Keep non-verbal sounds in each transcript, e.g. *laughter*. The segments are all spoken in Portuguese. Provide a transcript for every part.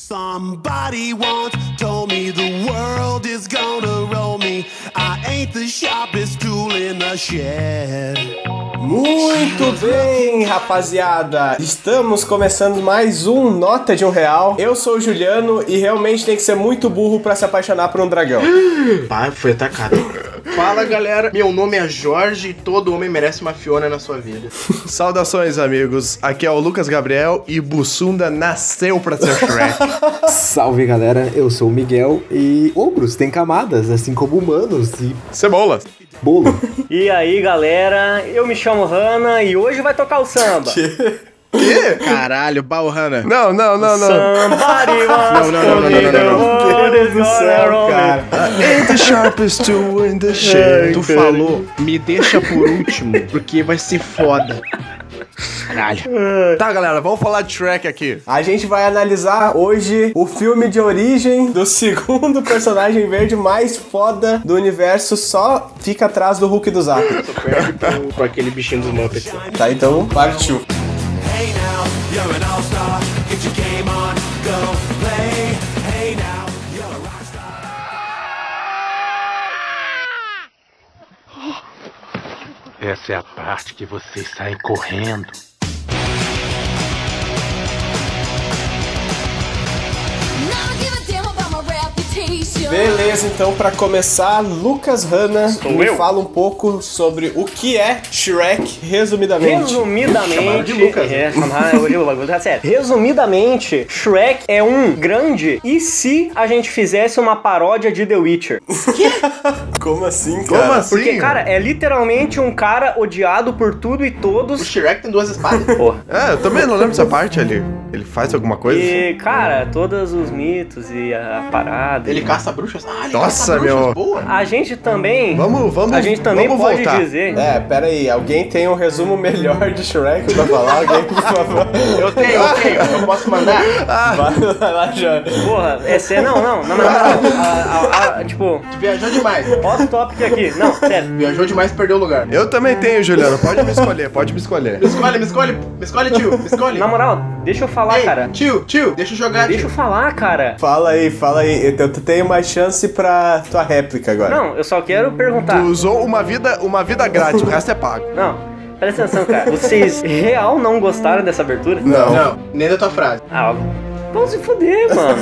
Somebody once told me the world is gonna roll me. I ain't the sharpest tool in the shed. Muito bem, rapaziada! Estamos começando mais um Nota de um Real. Eu sou o Juliano e realmente tem que ser muito burro pra se apaixonar por um dragão. Pai, foi atacado. Fala galera, meu nome é Jorge e todo homem merece uma Fiona na sua vida. Saudações, amigos. Aqui é o Lucas Gabriel e Bussunda nasceu pra ser Shrek. *laughs* Salve galera, eu sou o Miguel e ogros têm camadas, assim como humanos e Cebola. bolo. E aí galera, eu me chamo Hanna e hoje vai tocar o samba. Caralho, Balhana. Não, não, não, não. Somebody Não, wants não, não, não, to be não, the não, não. world Meu Deus is do gonna céu, roll me. cara. Ain't the sharpest tool in the shed. Tu falou, me deixa por último, porque vai ser foda. Caralho. Tá, galera, vamos falar de Shrek aqui. A gente vai analisar hoje o filme de origem do *laughs* segundo personagem verde mais foda do universo, só fica atrás do Hulk e do Zap. Só perde pro, pro aquele bichinho dos Muppets. Tá, então partiu. Hey now, you're an all star. Get your game on, go play. Hey now, you're a rock star. Essa é a parte que vocês saem correndo. Never give a damn about my reputation. Beleza, então pra começar, Lucas Hanna me eu? fala um pouco sobre o que é Shrek, resumidamente. Resumidamente, de Lucas, né? é, chamar- hoje o bagulho tá sério. Resumidamente, Shrek é um grande. E se a gente fizesse uma paródia de The Witcher? Como assim, Como cara? assim? Porque, cara, é literalmente um cara odiado por tudo e O todos. Shrek tem duas espadas. Porra. É, eu também não lembro dessa parte ali. Ele faz alguma coisa? E, cara, todos os mitos e a parada. Ele caça bruxas. Ah, ele Nossa, caça bruxas. meu. Boa. A gente também. Vamos, vamos. a gente também vamos pode voltar. dizer. É, pera aí, alguém tem um resumo melhor de Shrek pra falar? Alguém, por favor? Eu tenho, eu tenho. Eu posso mandar? *laughs* Vai vai lá, Jorge. Porra, é sério. Não, não, não, não, não. não. A- a- a- tipo, Tu viajou demais. off topic aqui. Não, sério. Viajou demais, perdeu o lugar. Eu também tenho, Juliano. Pode me escolher, pode me escolher. Me escolhe, me escolhe. Me escolhe, tio. Me escolhe. Na moral, deixa eu falar, Ei, cara. Tio, tio, deixa eu jogar. Deixa eu tio. falar, cara. Fala aí, fala aí. Eu te- tu tem uma chance pra tua réplica agora. Não, eu só quero perguntar. Tu usou uma vida, uma vida grátis, o resto é pago. Não, presta atenção, cara. Vocês real não gostaram dessa abertura? Não, nem da tua frase. Ah, vão se fuder, mano.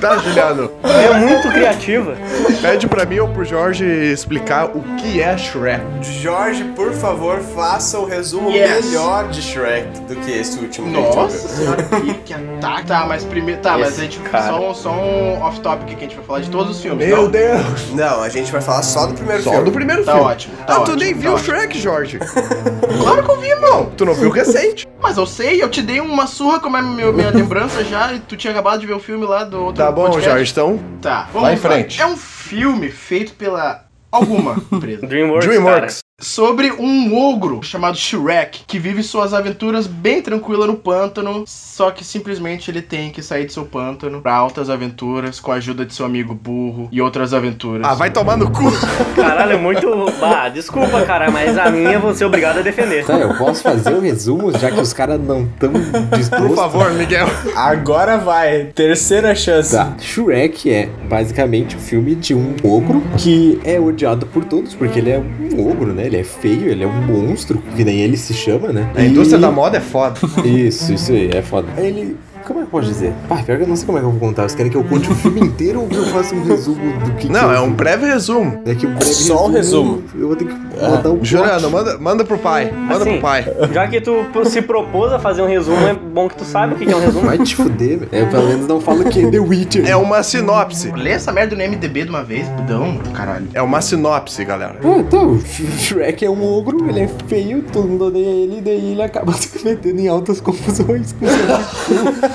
Tá, Juliano? É muito criativa. Pede pra mim ou pro Jorge explicar o que é Shrek. Jorge, por favor, faça o resumo Yes. melhor de Shrek do que esse último. que a gente Nossa ouviu. senhora, que, que é- ataque. Tá, mas primeiro. Tá, mas Esse a gente. cara. Só, um- só um off-topic que a gente vai falar de todos os filmes. não? Deus! Não, a gente vai falar só do primeiro Só filme. do primeiro Tá filme. ótimo, tá ah, tu ótimo, nem tá viu o ótimo. Shrek, Jorge? Claro que eu vi, irmão. Tu não viu o recente? Mas eu sei, eu te dei uma surra como é meu, minha lembrança já e tu tinha acabado de ver o filme lá do outro Tá bom, podcast. Jorge, então. Tá, vamos Vai em frente. É um filme feito pela *laughs* alguma empresa. Dreamworks. Dreamworks. sobre um ogro chamado Shrek que vive suas aventuras bem tranquila no pântano, só que simplesmente ele tem que sair de seu pântano pra altas aventuras com a ajuda de seu amigo burro e outras aventuras. Ah, vai tomar no cu. Cara. Caralho, é muito. Bah, desculpa, cara, mas a minha vou ser obrigado a defender. Tá, eu posso fazer o resumo, já que os caras não tão dispostos. Por favor, Miguel. Agora vai, terceira chance. Tá, Shrek é basicamente o filme de um ogro que é odiado por todos, porque ele é um ogro, né? Ele é feio, ele é um monstro, que nem ele se chama, né? A indústria E- da moda é foda. Isso, isso aí, é foda. Ele. Como é que eu posso dizer? Pá, pior que eu não sei como é que eu vou contar. Vocês querem que eu conte o filme inteiro ou que eu faça um resumo do que. que Não, eu é vi? um breve resumo. É que um breve Só um Eu vou ter que botar um. Juliano, manda, manda pro pai. Manda Assim. pro pai. Já que tu pro- se propôs a fazer um resumo, é bom que tu sabe o que que é um resumo. Vai te fuder, velho. É, pelo menos não fala que é *laughs* The Witcher. É uma sinopse. Lê essa merda no MDB de uma vez, budão, caralho. É uma sinopse, galera. Ah, então, Sh- Shrek é um ogro, ele é feio, todo mundo odeia ele, e daí ele acaba *laughs* se metendo em altas confusões com seu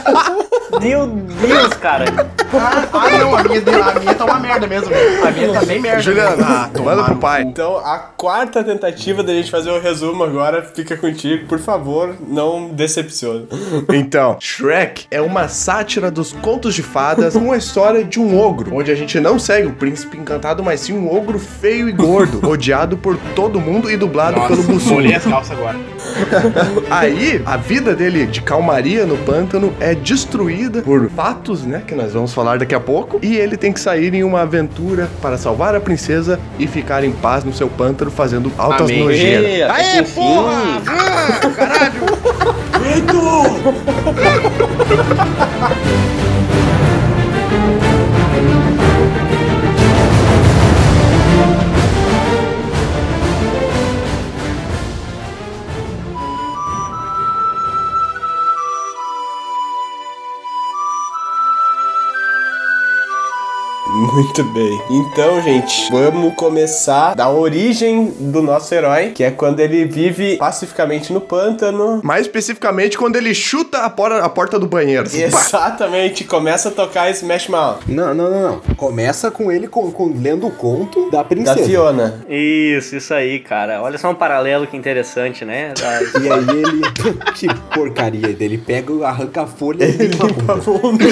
Meu Deus, cara. Ah, ah, não, a minha, de- a minha tá uma merda mesmo. A minha tá bem merda. Juliano, mesmo. Ah, manda tomar pro no pai. cu. Então, a quarta tentativa da gente fazer o resumo agora fica contigo. Por favor, não decepcione. Então, Shrek é uma sátira dos contos de fadas com a história de um ogro, onde a gente não segue o príncipe encantado, mas sim um ogro feio *laughs* e gordo, odiado por todo mundo e dublado pelo Nossa, molhei Bussunda. as calças agora. Aí, a vida dele de calmaria no pântano é destruída destruída por fatos, né? Que nós vamos falar daqui a pouco. E ele tem que sair em uma aventura para salvar a princesa e ficar em paz no seu pântano fazendo altas Amém. nojeiras. Até que Aê, enfim. porra! Ah, caralho! Muito bem. Então, gente, vamos começar da origem do nosso herói, que é quando ele vive pacificamente no pântano. Mais especificamente quando ele chuta a porta, a porta do banheiro. assim, pá. *laughs* Exatamente, começa a tocar Smash Mouth. Não, não, não, não. Começa com ele com, com- lendo o conto da Da *laughs* princesa. Fiona. Isso, isso aí, cara. Olha só um paralelo que interessante, *laughs* né? Da- E aí ele. *laughs* que porcaria dele. Pega, arranca a folha e limpa a bunda.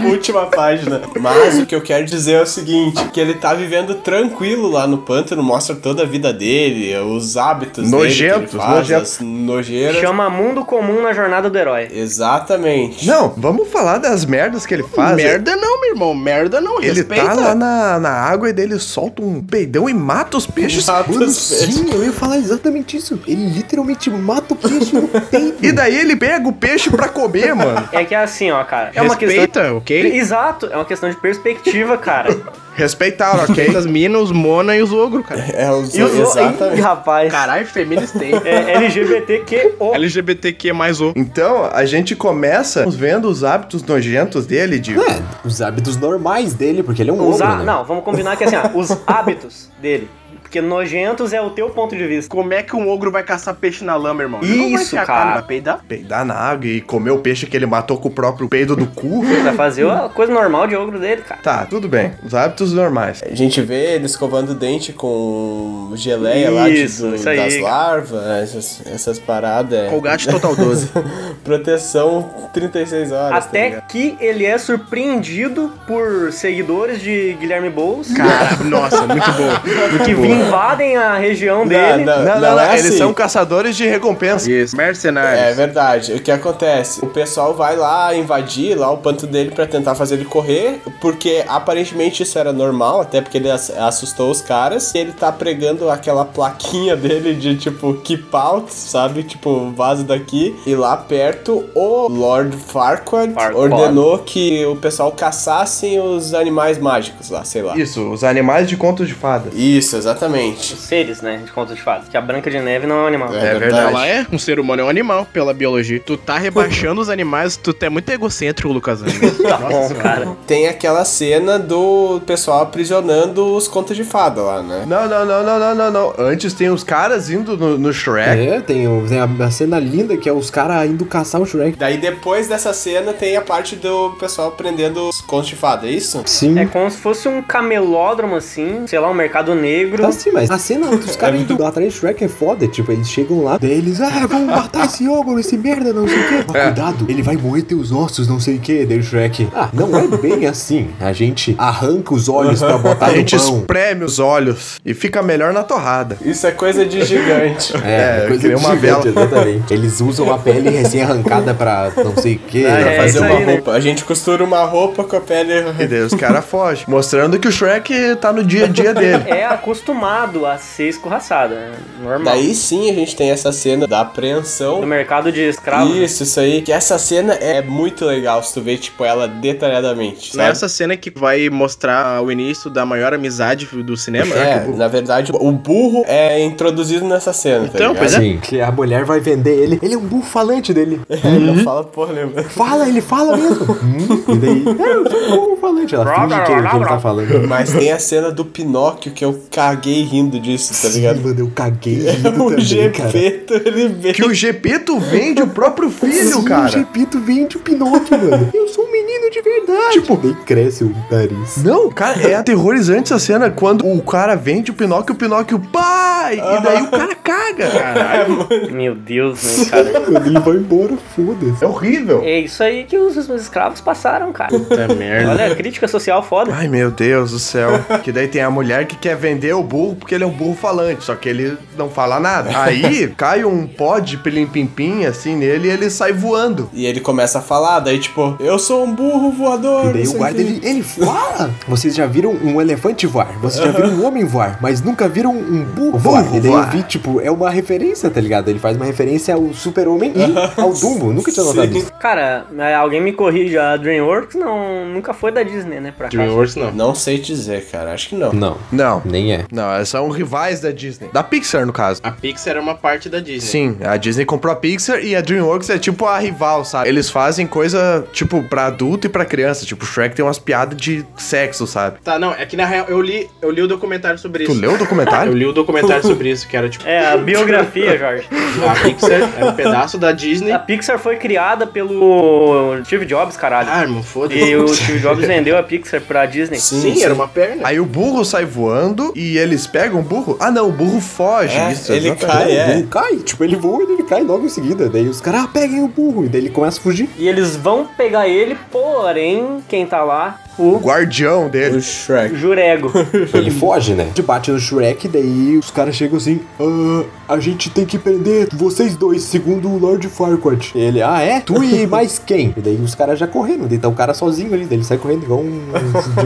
Na última página. Mas o que eu quero dizer é o seguinte: que ele tá vivendo tranquilo lá no pântano, mostra toda a vida dele, os hábitos dele, que Nojentos, ele faz, as nojeiras. Chama Mundo Comum na Jornada do Herói. Exatamente. Não, vamos falar das merdas que ele faz. Merda não, meu irmão. Merda não. Ele respeita. tá lá na, na água e dele solta um peidão e mata os peixes. Mata os *laughs* Mano, peixes. sim, eu ia falar exatamente isso. Ele literalmente mata o peixe no peito. E daí ele pega o peixe pra comer, *laughs* mano. É que é assim, ó, cara. É uma questão. Respeita, ok? Exato, é uma questão de perspectiva, *laughs* cara. Respeitaram, ok? As minas, os mona e os ogro, cara. É, os, E os- Ih, exatamente. rapaz. Caralho, feminista *laughs* tem. É LGBTQO. LGBTQ mais o. Então, a gente começa vendo os hábitos nojentos dele de... É, os hábitos normais dele, porque ele é um Os ogro, há- né? Não, vamos combinar que assim, ó, os hábitos dele. Porque nojentos é o teu ponto de vista. Como é que um ogro vai caçar peixe na lama, irmão? Ele vai Isso, enfiar a cara. Vai peidar? Peidar na água e comer o peixe que ele matou com o próprio peido do cu. Pra fazer a coisa normal de ogro dele, cara. Tá, tudo bem. Os hábitos normais. A gente vê ele escovando o dente com geleia lá de, Isso, do- isso aí. das larvas, essas, essas paradas. é. Colgate Total *laughs* 12. *laughs* Proteção 36 horas. tá Até ligado? que ele é surpreendido por seguidores de Guilherme Boulos Cara, nossa, muito bom. que invadem a região dele. Não, não, tá não não, é eles assim. são caçadores de recompensa. Isso. É Mercenários. verdade. O que acontece? O pessoal vai lá invadir lá o panto dele pra tentar fazer ele correr, porque aparentemente isso era normal, até porque ele ass- assustou os caras. E ele tá pregando aquela plaquinha *laughs* dele de tipo keep out, sabe? Tipo, vaza daqui. E lá perto, o Lord Farquaad Farquaad. ordenou que o pessoal caçassem os animais mágicos lá, sei lá. Isso, os animais de contos de fadas. Isso, exatamente. Os seres, né? De conta de fato. Que a Branca de Neve não é um animal. É verdade. Ela é um ser humano, é um animal, pela biologia. Tu tá rebaixando os animais, tu é muito egocêntrico, Lucas. *laughs* Tá bom, cara. Tem aquela cena do pessoal aprisionando os contos de fada lá, né? Não, não, não, não, não, não, não. Antes tem os caras indo no, no Shrek. É, tem, o- tem a, a cena linda que é os caras indo caçar o Shrek. Daí depois dessa cena tem a parte do pessoal prendendo os contos de fada, é isso? Sim. tá É como se fosse um camelódromo, assim, sei lá, um mercado negro. Tá sim, mas a cena dos caras indo lá atrás do Shrek é foda. Tipo, eles chegam lá, daí eles, ah, vamos matar esse ogro, esse merda, não sei o quê. Mas cuidado, ele vai moer teus ossos, não sei o quê. Daí o Shrek, ah, não é bem assim. A gente arranca os olhos pra botar tá *laughs* A no gente pão. espreme os olhos e fica melhor na torrada. Isso é coisa de gigante. É, É, coisa que nem de uma gigante, vela. Exatamente. Eles usam a pele recém-arrancada pra não sei o quê. Ah, pra fazer é, Fazer isso uma aí, né? roupa. A gente costura uma roupa com a E pele. daí *laughs* os caras fogem, mostrando que o Shrek tá no dia a dia dele. É acostumado a ser escorraçado, né? Normal. Daí sim a gente tem essa cena da apreensão. Do mercado de escravos. Isso, isso aí. Que essa cena é muito legal se tu ver, tipo, ela detalhadamente. Sabe? Nessa é cena que vai mostrar o início da maior amizade do cinema. É, na verdade, o burro é introduzido nessa cena. tá Então, ligado? pois é. Sim, que a mulher vai vender ele. Ele é um burro falante dele. Ele Uhum. fala, porra, lembra? Fala, ele fala mesmo. Hum, *laughs* e daí, é, eu sou um burro falante. Ela finge que, que ele tá falando. Mas tem a cena do Pinóquio que eu caguei rindo disso, tá Sim, ligado? mano, eu caguei de É rindo o também, cara. Gepeto, ele vem. Que o Gepeto vende o próprio filho, Sim, O cara. Gepito vende o Pinóquio, mano. Eu sou um menino de verdade. verdade. Tipo, Nem cresce o nariz. não, cara, é aterrorizante essa cena quando o cara vende o Pinóquio, o Pinóquio, pai! E daí o cara caga, cara. Meu Deus, né, cara? Quando *laughs* ele vai embora, foda-se. É horrível. É isso aí que os, os escravos passaram, cara. Puta merda. Olha, crítica social foda. Ai, meu Deus do céu. Que daí tem a mulher que quer vender o burro porque ele é um burro falante, só que ele não fala nada. Aí cai um pó de pilim-pim-pim assim nele e ele sai voando. E ele começa a falar, daí tipo, eu sou um burro voador. E não daí o sei guarda, o quê. ele, ele fala. Vocês já viram um elefante voar, vocês já viram um homem voar, mas nunca viram um burro voar. Burro E daí eu voar. vi, tipo, é uma referência, tá ligado? Ele faz uma referência ao super-homem e ao Dumbo. Nunca tinha notado isso. Cara, é, alguém me corrija, a DreamWorks não, nunca foi da Disney, né, pra cá. DreamWorks não. Não sei dizer, cara, acho que não. Não, Não. nem é. Não, são rivais da Disney. Da Pixar, no caso. A Pixar é uma parte da Disney. Sim, a Disney comprou a Pixar e a DreamWorks é tipo a rival, sabe? Eles fazem coisa, tipo, pra adulto e pra criança. Tipo, Shrek tem umas piadas de sexo, sabe? Tá, não, é que na real eu li, eu li o documentário sobre Tu isso. leu *laughs* o Eu documentário? li o documentário sobre isso, que era tipo, É, a biografia, Jorge. a Pixar era um pedaço da Disney. A Pixar foi criada pelo Steve Jobs, caralho. Ah, irmão, foda-se. E o Steve Jobs vendeu a Pixar pra Disney. Sim, era uma perna. Aí o burro sai voando e eles pegam o burro? Ah, não, o burro foge. É, isso, ele exatamente. cai, é. Ele cai, tipo, ele voa e ele cai logo em seguida. Daí os caras, ah, peguem o burro. E daí ele começa a fugir. E eles vão pegar ele, porém, quem tá lá? O O guardião dele. O Shrek. Jurego. Ele foge, né? Ele bate no Shrek, daí os caras chegam assim, ah, a gente tem que prender vocês dois, segundo o Lord Farquaad. Ele, ah, é? Tu e mais quem? E daí os caras já correndo, daí tá o cara sozinho ali, daí ele sai correndo igual *laughs* um...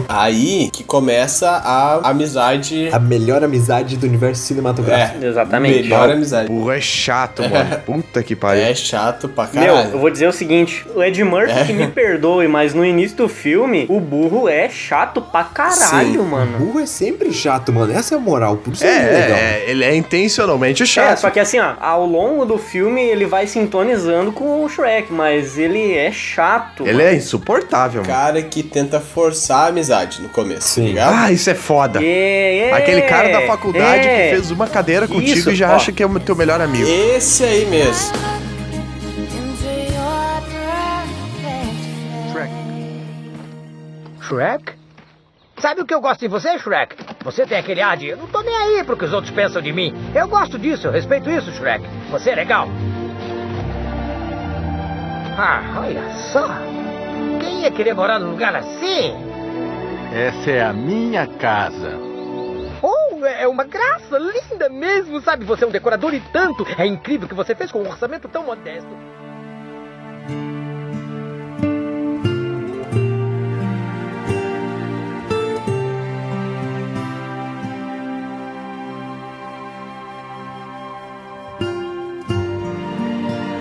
Aí que começa a amizade. é, a melhor amizade do universo cinematográfico. *laughs* Exatamente. Melhor amizade. Burro é chato, mano. Puta que pariu. É chato pra Então, Meu, caralho. eu vou dizer o seguinte, o Ed Murphy É. que me perdoe, mas no início do filme, o burro é chato pra caralho, mano. Burro é sempre chato, mano. Essa é a moral, por isso É, é, muito legal. é, é, ele é intencionalmente chato. É, só que assim, ó, ao longo do filme ele vai sintonizando com o Shrek, mas ele é chato. Ele é insuportável, mano. cara que tenta forçar a amizade no começo, Sim. tá ligado? Ah, isso é foda. É, é, Aquele cara da faculdade é. que fez uma cadeira contigo Isso, e já ó. acha que é o teu melhor amigo. Esse aí mesmo. *laughs* Into your perfect Shrek? Sabe o que eu gosto em você, Shrek? Você tem aquele ar de não tô nem aí pro que os outros pensam de mim. Eu gosto disso, eu respeito isso, Shrek. Você é legal. Ah, olha só. Quem ia querer morar num lugar assim? Essa é a minha casa. Oh, é uma graça, linda mesmo, sabe? Você é um decorador e tanto. É incrível o que você fez com um orçamento tão modesto.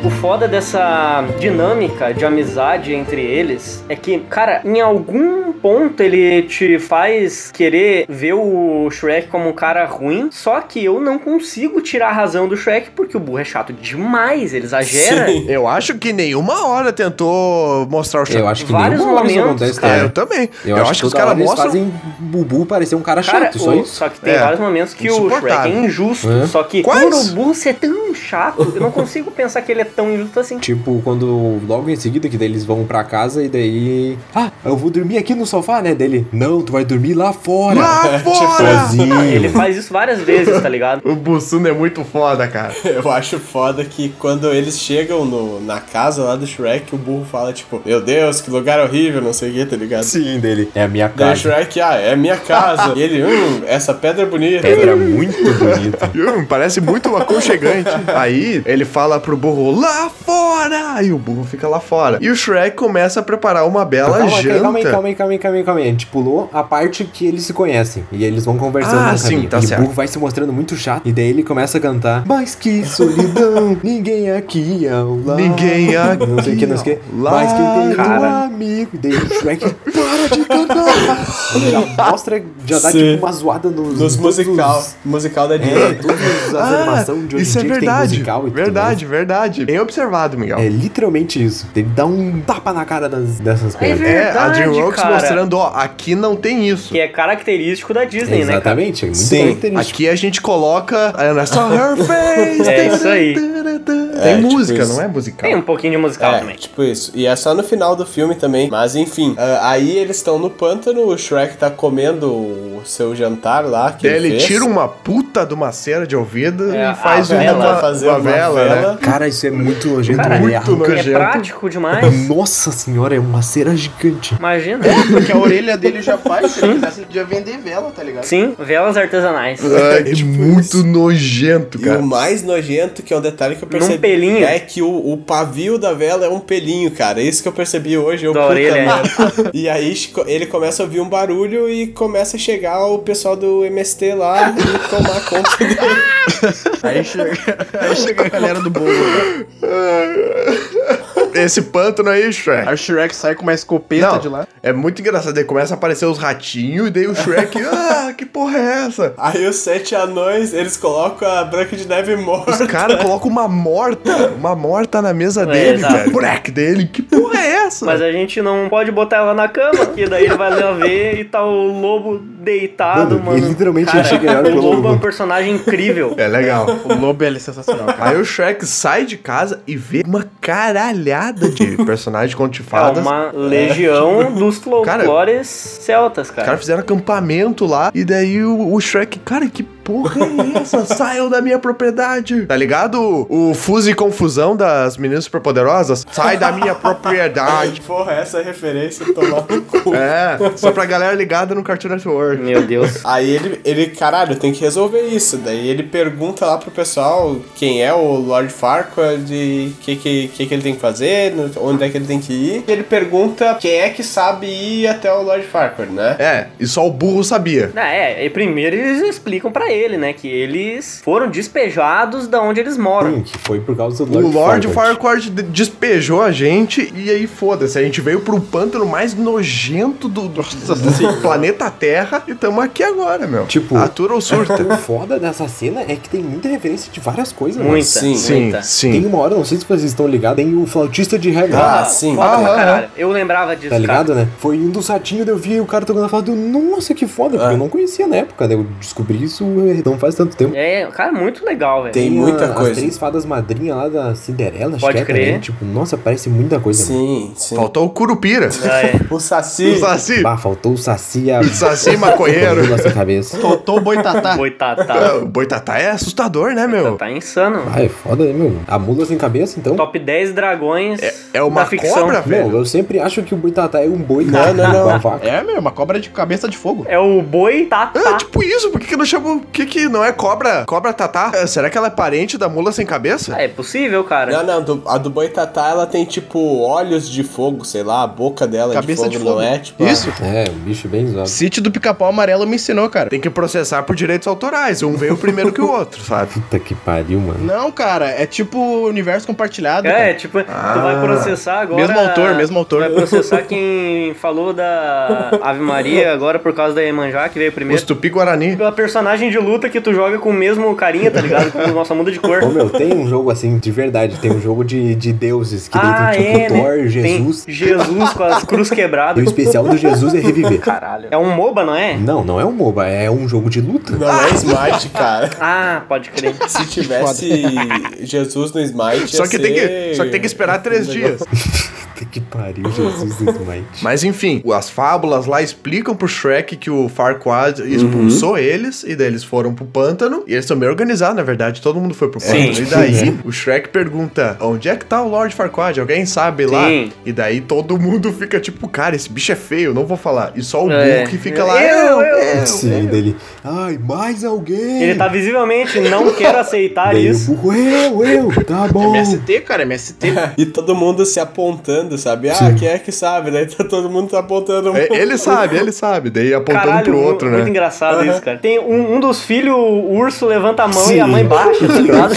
O foda dessa dinâmica de amizade entre eles é que, cara, em algum ponto ele te faz querer ver o Shrek como um cara ruim, só que eu não consigo tirar a razão do Shrek porque o burro é chato demais, ele exagera. Sim. Eu acho que nenhuma hora tentou mostrar o Eu Shrek. acho que Vários nenhuma hora isso momentos, acontece, É, cara. eu também. Eu, acho, que os caras mostram... fazem Bubu parecer um cara, *laughs* Cara, chato, só o- isso. só que tem É. vários momentos que o Shrek é Insuportável. injusto. É. Só que Quais? por o burro ser tão chato, eu não consigo pensar que ele é tão *laughs* injusto assim. Tipo, quando logo em seguida que daí eles vão pra casa e daí. Ah, eu vou dormir aqui no sofá, né? Dele. Não, tu vai dormir lá fora. Lá *laughs* Tipo, fora! Sozinho. Ele faz isso várias vezes, tá ligado? O Bussunda é muito foda, cara. Eu acho foda que quando eles chegam no, na casa lá do Shrek, o burro fala, tipo, meu Deus, que lugar horrível, não sei o que, tá ligado? Sim, dele. É a minha Daí o casa. Shrek, ah, é minha casa. e ele, hum, essa pedra é bonita. Pedra muito bonita. Hum, Parece muito aconchegante. Aí ele fala pro burro lá fora! E o burro fica lá fora. E o Shrek começa a preparar uma bela Calma, janta. calma aí, calma aí, calma aí, calma aí, calma aí. A gente pulou a parte que eles se conhecem. E eles vão conversando Ah, no sim, caminho. tá e certo. o burro vai se mostrando muito chato. E daí ele começa a cantar. Mas que *laughs* solidão, ninguém aqui ao lado. Ninguém aqui Não sei o que, não sei o que. ao Mas quem tem lado. um amigo. E daí o *laughs* Shrek, é para de cantar. Ele já mostra, já dá Sim. tipo uma zoada nos... Nos musical, musical da É, Disney. todas as animações de hoje isso em é dia que tem verdade. musical e tudo Verdade, verdade. Bem observado, Miguel. mais. É literalmente isso. Ele dá um tapa na cara das, dessas É coisas. É, a verdade, DreamWorks cara. mostrando, ó, aqui não tem isso. Que é característico da Disney, né, cara? Exatamente, é muito Sim. característico. *laughs* Aqui a gente coloca. Olha só, her face! É isso É aí. Tem É, tipo música, isso. não é musical. Tem um pouquinho de musical É, também. tipo isso. E é só no final do filme também. Mas enfim, ah, aí eles estão no pântano, o Shrek tá comendo o seu jantar lá. Que Daí ele um fez. tira um uma puta de uma cera de ouvido É, e faz a uma, vela. uma, Fazer uma uma vela, vela. né? Cara, isso é muito nojento. Cara, ele muito arranca- É nojento. prático demais. Nossa senhora, é uma cera gigante. Imagina. Porque a orelha dele já faz, se ele quisesse, ele podia vender vela, tá ligado? Sim, velas artesanais. É, Tipo isso. muito nojento, E cara. o mais nojento, que é um detalhe que eu percebi, pelinho. é que o, o pavio da vela é um pelinho, cara. Isso que eu percebi hoje. Eu, Da puta orelha, é. merda. E aí chico- ele começa a ouvir um barulho e começa a chegar o pessoal do MST lá e tomar conta dele. Aí chega, aí chega a galera do bolo. né? Esse pântano aí, Shrek. Aí o Shrek sai com uma escopeta Não, de lá. é muito engraçado. Aí começa a aparecer os ratinhos e daí *laughs* o Shrek, ah, que porra é essa? *laughs* Aí os sete anões, eles colocam a Branca de Neve Os morta. caras colocam uma morta, uma morta na mesa dele, É, exato. velho. Break dele, que porra é essa? Mas a gente não pode botar ela na cama, que daí ele vai lá ver e tá o lobo deitado, Mano, mano. ele literalmente Cara, chega e olha pro O lobo é um lobo. personagem incrível. É legal. O lobo ele é sensacional, cara. Aí o Shrek sai de casa e vê uma caralhada *laughs* de personagens de conto de É fadas. uma legião dos folclores celtas, Os caras cara. fizeram acampamento lá e daí o, o Shrek, cara, que porra *laughs* é essa? Saiam da minha propriedade. Tá ligado? O fuso e confusão das meninas superpoderosas? Sai da *laughs* minha propriedade. Porra, é essa referência tomar no cu. É, só pra galera ligada no Cartoon É. Network. Meu Deus. Aí ele, ele, caralho, tem que resolver isso. Daí ele pergunta lá pro pessoal quem é o Lord Farquaad, o que, que, que, que ele tem que fazer, no- onde é que ele tem que ir. E ele pergunta quem é que sabe ir até o Lord Farquaad, né? É, e só o burro sabia. Ah, é, e primeiro eles explicam pra ele, né, que eles foram despejados da onde eles moram. Hum, que foi por causa do O Lord Farquaad. Farquaad de- despejou a gente e aí foda-se. A gente veio pro pântano mais nojento do, do- do planeta Terra e tamo aqui agora, meu. Tipo- Atura *laughs* ou surta. O foda dessa cena é que tem muita referência de várias coisas. né? Muita, Sim, muita. sim, Tem sim. uma hora, não sei se vocês estão ligados, tem o flautista de reggae. Ah, sim. Foda pra Aham. caralho. Eu lembrava disso, Tá cara. ligado, né? Foi um dos ratinhos, daí eu vi o cara tocando a flauta, eu, nossa, que foda, porque eu não conhecia na época, né? Eu descobri isso eh, não faz tanto tempo. É, cara, muito legal, velho. Tem a- muita As coisa. três fadas madrinha lá da Cinderela, acho Pode que é crer. também. Tipo, nossa, parece muita coisa. mano. é. Sim, um sim. Faltou o Curupira. Ah, é. O Saci. *laughs* O Saci. Bah, faltou o Saci a... Saci é maconheiro. *laughs* nossa cabeça. Totô boitatá. Boitatá. O Boitatá é assustador, né, meu? Tá insano. Ah, é foda, né, meu? A mula sem cabeça, então? Top 10 dragões É uma da ficção. cobra, Meu, velho. eu sempre acho que o Boitatá é um boi. Não, não, não. Uma vaca. É, meu, uma cobra de cabeça de fogo. É o boi tatá. É tipo isso, por que, que não chama. Por que, que não é cobra? Cobra tatá? É, será que ela é parente da mula sem cabeça? Ah, é possível, cara. Não, não, do- a do Boitatá, ela tem, tipo, olhos de fogo, sei lá, a boca dela é Cabeça de de fogo, não fogo. é? Tipo, Isso. É, um bicho bem zoado. Sítio do pica-pau amarelo me ensinou, É. cara. Tem que processar por direitos autorais. Um veio primeiro que o outro, sabe? Puta que pariu, mano. Não, cara, é tipo universo compartilhado. É, cara. tipo, Ah. tu vai processar agora. Mesmo autor, mesmo autor. Vai processar quem falou da Ave Maria agora por causa da Iemanjá, que veio Os primeiro. tupi-guarani. Pela personagem de luta que tu joga com o mesmo carinha, tá ligado? Com nossa muda de cor. Ô, meu, tem um jogo assim, de verdade. Tem um jogo de, de deuses, que ah, daí tem tipo é, né? Thor, Tem Jesus. Jesus com as cruz E o quebradas. especial do Jesus é reviver. Caralho. É um MOBA, não *laughs* é? Não, não é um MOBA, é um jogo de luta. não é Smite, *laughs* cara. Ah, pode crer. Se tivesse Jesus no Smite, Só ia que, tem que, ser- só que tem que esperar Um três dias. Puta que pariu, Jesus *laughs* Smite. Mas enfim, as fábulas lá explicam pro Shrek que o Farquaad Uhum. expulsou eles, e daí eles foram pro pântano, e eles estão bem organizados, na verdade, todo mundo foi pro pântano. E daí é. o Shrek pergunta, onde é que tá o Lord Farquaad? Alguém sabe lá? Sim. E daí todo mundo fica tipo, cara, esse bicho é feio, não vou falar. E só o É. burro que fica lá, Eu, eu, eu. eu. Sim, dele. Ai, mais alguém! É, Ele tá visivelmente não quer aceitar Daí o isso. burro, eu, eu, *laughs* É tá bom. MST, cara, MST. E todo mundo se apontando, sabe? Ah, quem é que sabe? Daí *laughs* tá todo mundo tá apontando um É, Ele sabe, ele sabe. Daí apontando Caralho, pro outro, muito né? engraçado isso, cara. Tem um, um dos filhos, o urso levanta a mão e a mãe baixa, *laughs* tá ligado?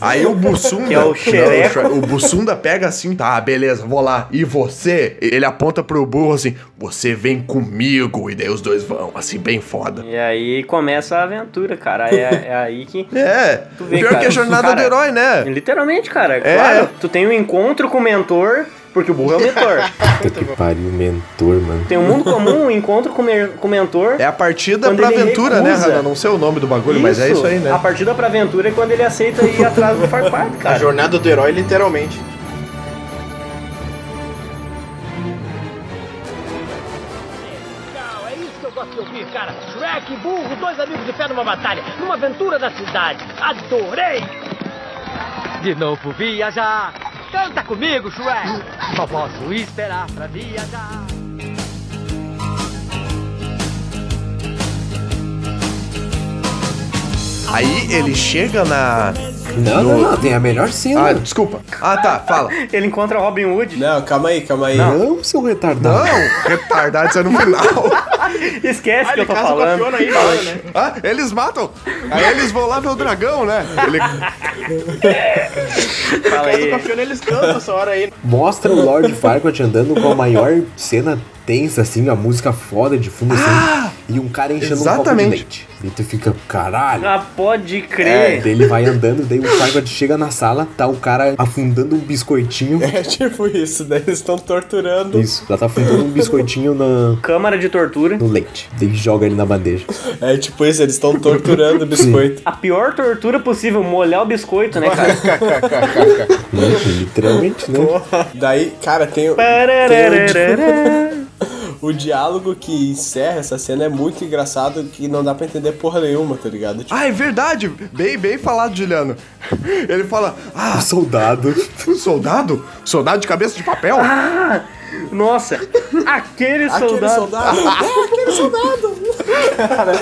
Aí o Bussunda. Que é o Não, xereco. Shrek- o Bussunda pega assim, tá, beleza, vou lá. E você? Ele aponta pro burro assim, você vem comigo. E daí os dois vão, assim, bem foda. E aí começa a aventura, cara. É, é aí que. É, Tu vê, pior cara. que a jornada Cara, do herói, né? Literalmente, cara. É. Claro, tu tem um encontro com o mentor, porque o burro é o mentor. Puta que pariu, mentor, mano. Tem um mundo comum, um encontro com, mer- com o mentor. É a partida Quando pra ele aventura, né, recusa. Hanna? Não sei o nome do bagulho, mas é isso aí, né? A partida pra aventura é quando ele aceita ir atrás do Farquaad, A cara. jornada do herói, literalmente. Não, é isso que eu gosto de ouvir, cara. Shrek, burro, dois amigos de pé numa batalha, numa aventura da cidade. Adorei! De novo viajar. Canta comigo, Shrek. Só posso esperar pra viajar. Aí ele chega na. Não, não, não, tem a melhor cena. Uh! Ah, desculpa. Ah, tá, fala. Ele encontra Robin Hood. Né? Não, calma aí, calma aí. Não, seu retardado. Não, retardado, isso é no final. Esquece que eu tô Caso com a falando. Fiona aí, né? Ah, eles matam. Aí eles vão lá ver o dragão, né? Ele... Fala Caso com a aí. Fiona, eles cantam essa hora aí. Mostra o *laughs* Lord Farquaad andando com a maior cena tensa, assim, a música foda de fundo, assim, e um cara enchendo um copo de Ah! exatamente. leite. E tu fica, caralho. Ah, pode É, crer. daí ele vai andando, daí o Farquaad chega na sala, tá o cara afundando um biscoitinho. *laughs* É tipo isso, né? Eles estão torturando. Isso, ela tá afundando um biscoitinho na, Câmara de tortura. no leite. Daí joga ele na bandeja. É tipo isso, eles estão torturando o biscoito. A pior tortura possível, molhar o biscoito, né, cara? Leite, literalmente, né? Daí, cara, tem, o- Pararararara. o diálogo que encerra essa cena é muito engraçado que não dá pra entender porra nenhuma, tá ligado? Tipo, Ah, é verdade. Bem, bem falado, Juliano. Ele fala: Ah, Soldado. um soldado? Soldado de cabeça de papel? Nossa, aquele aquele soldado. soldado. é, aquele soldado. *laughs* cara,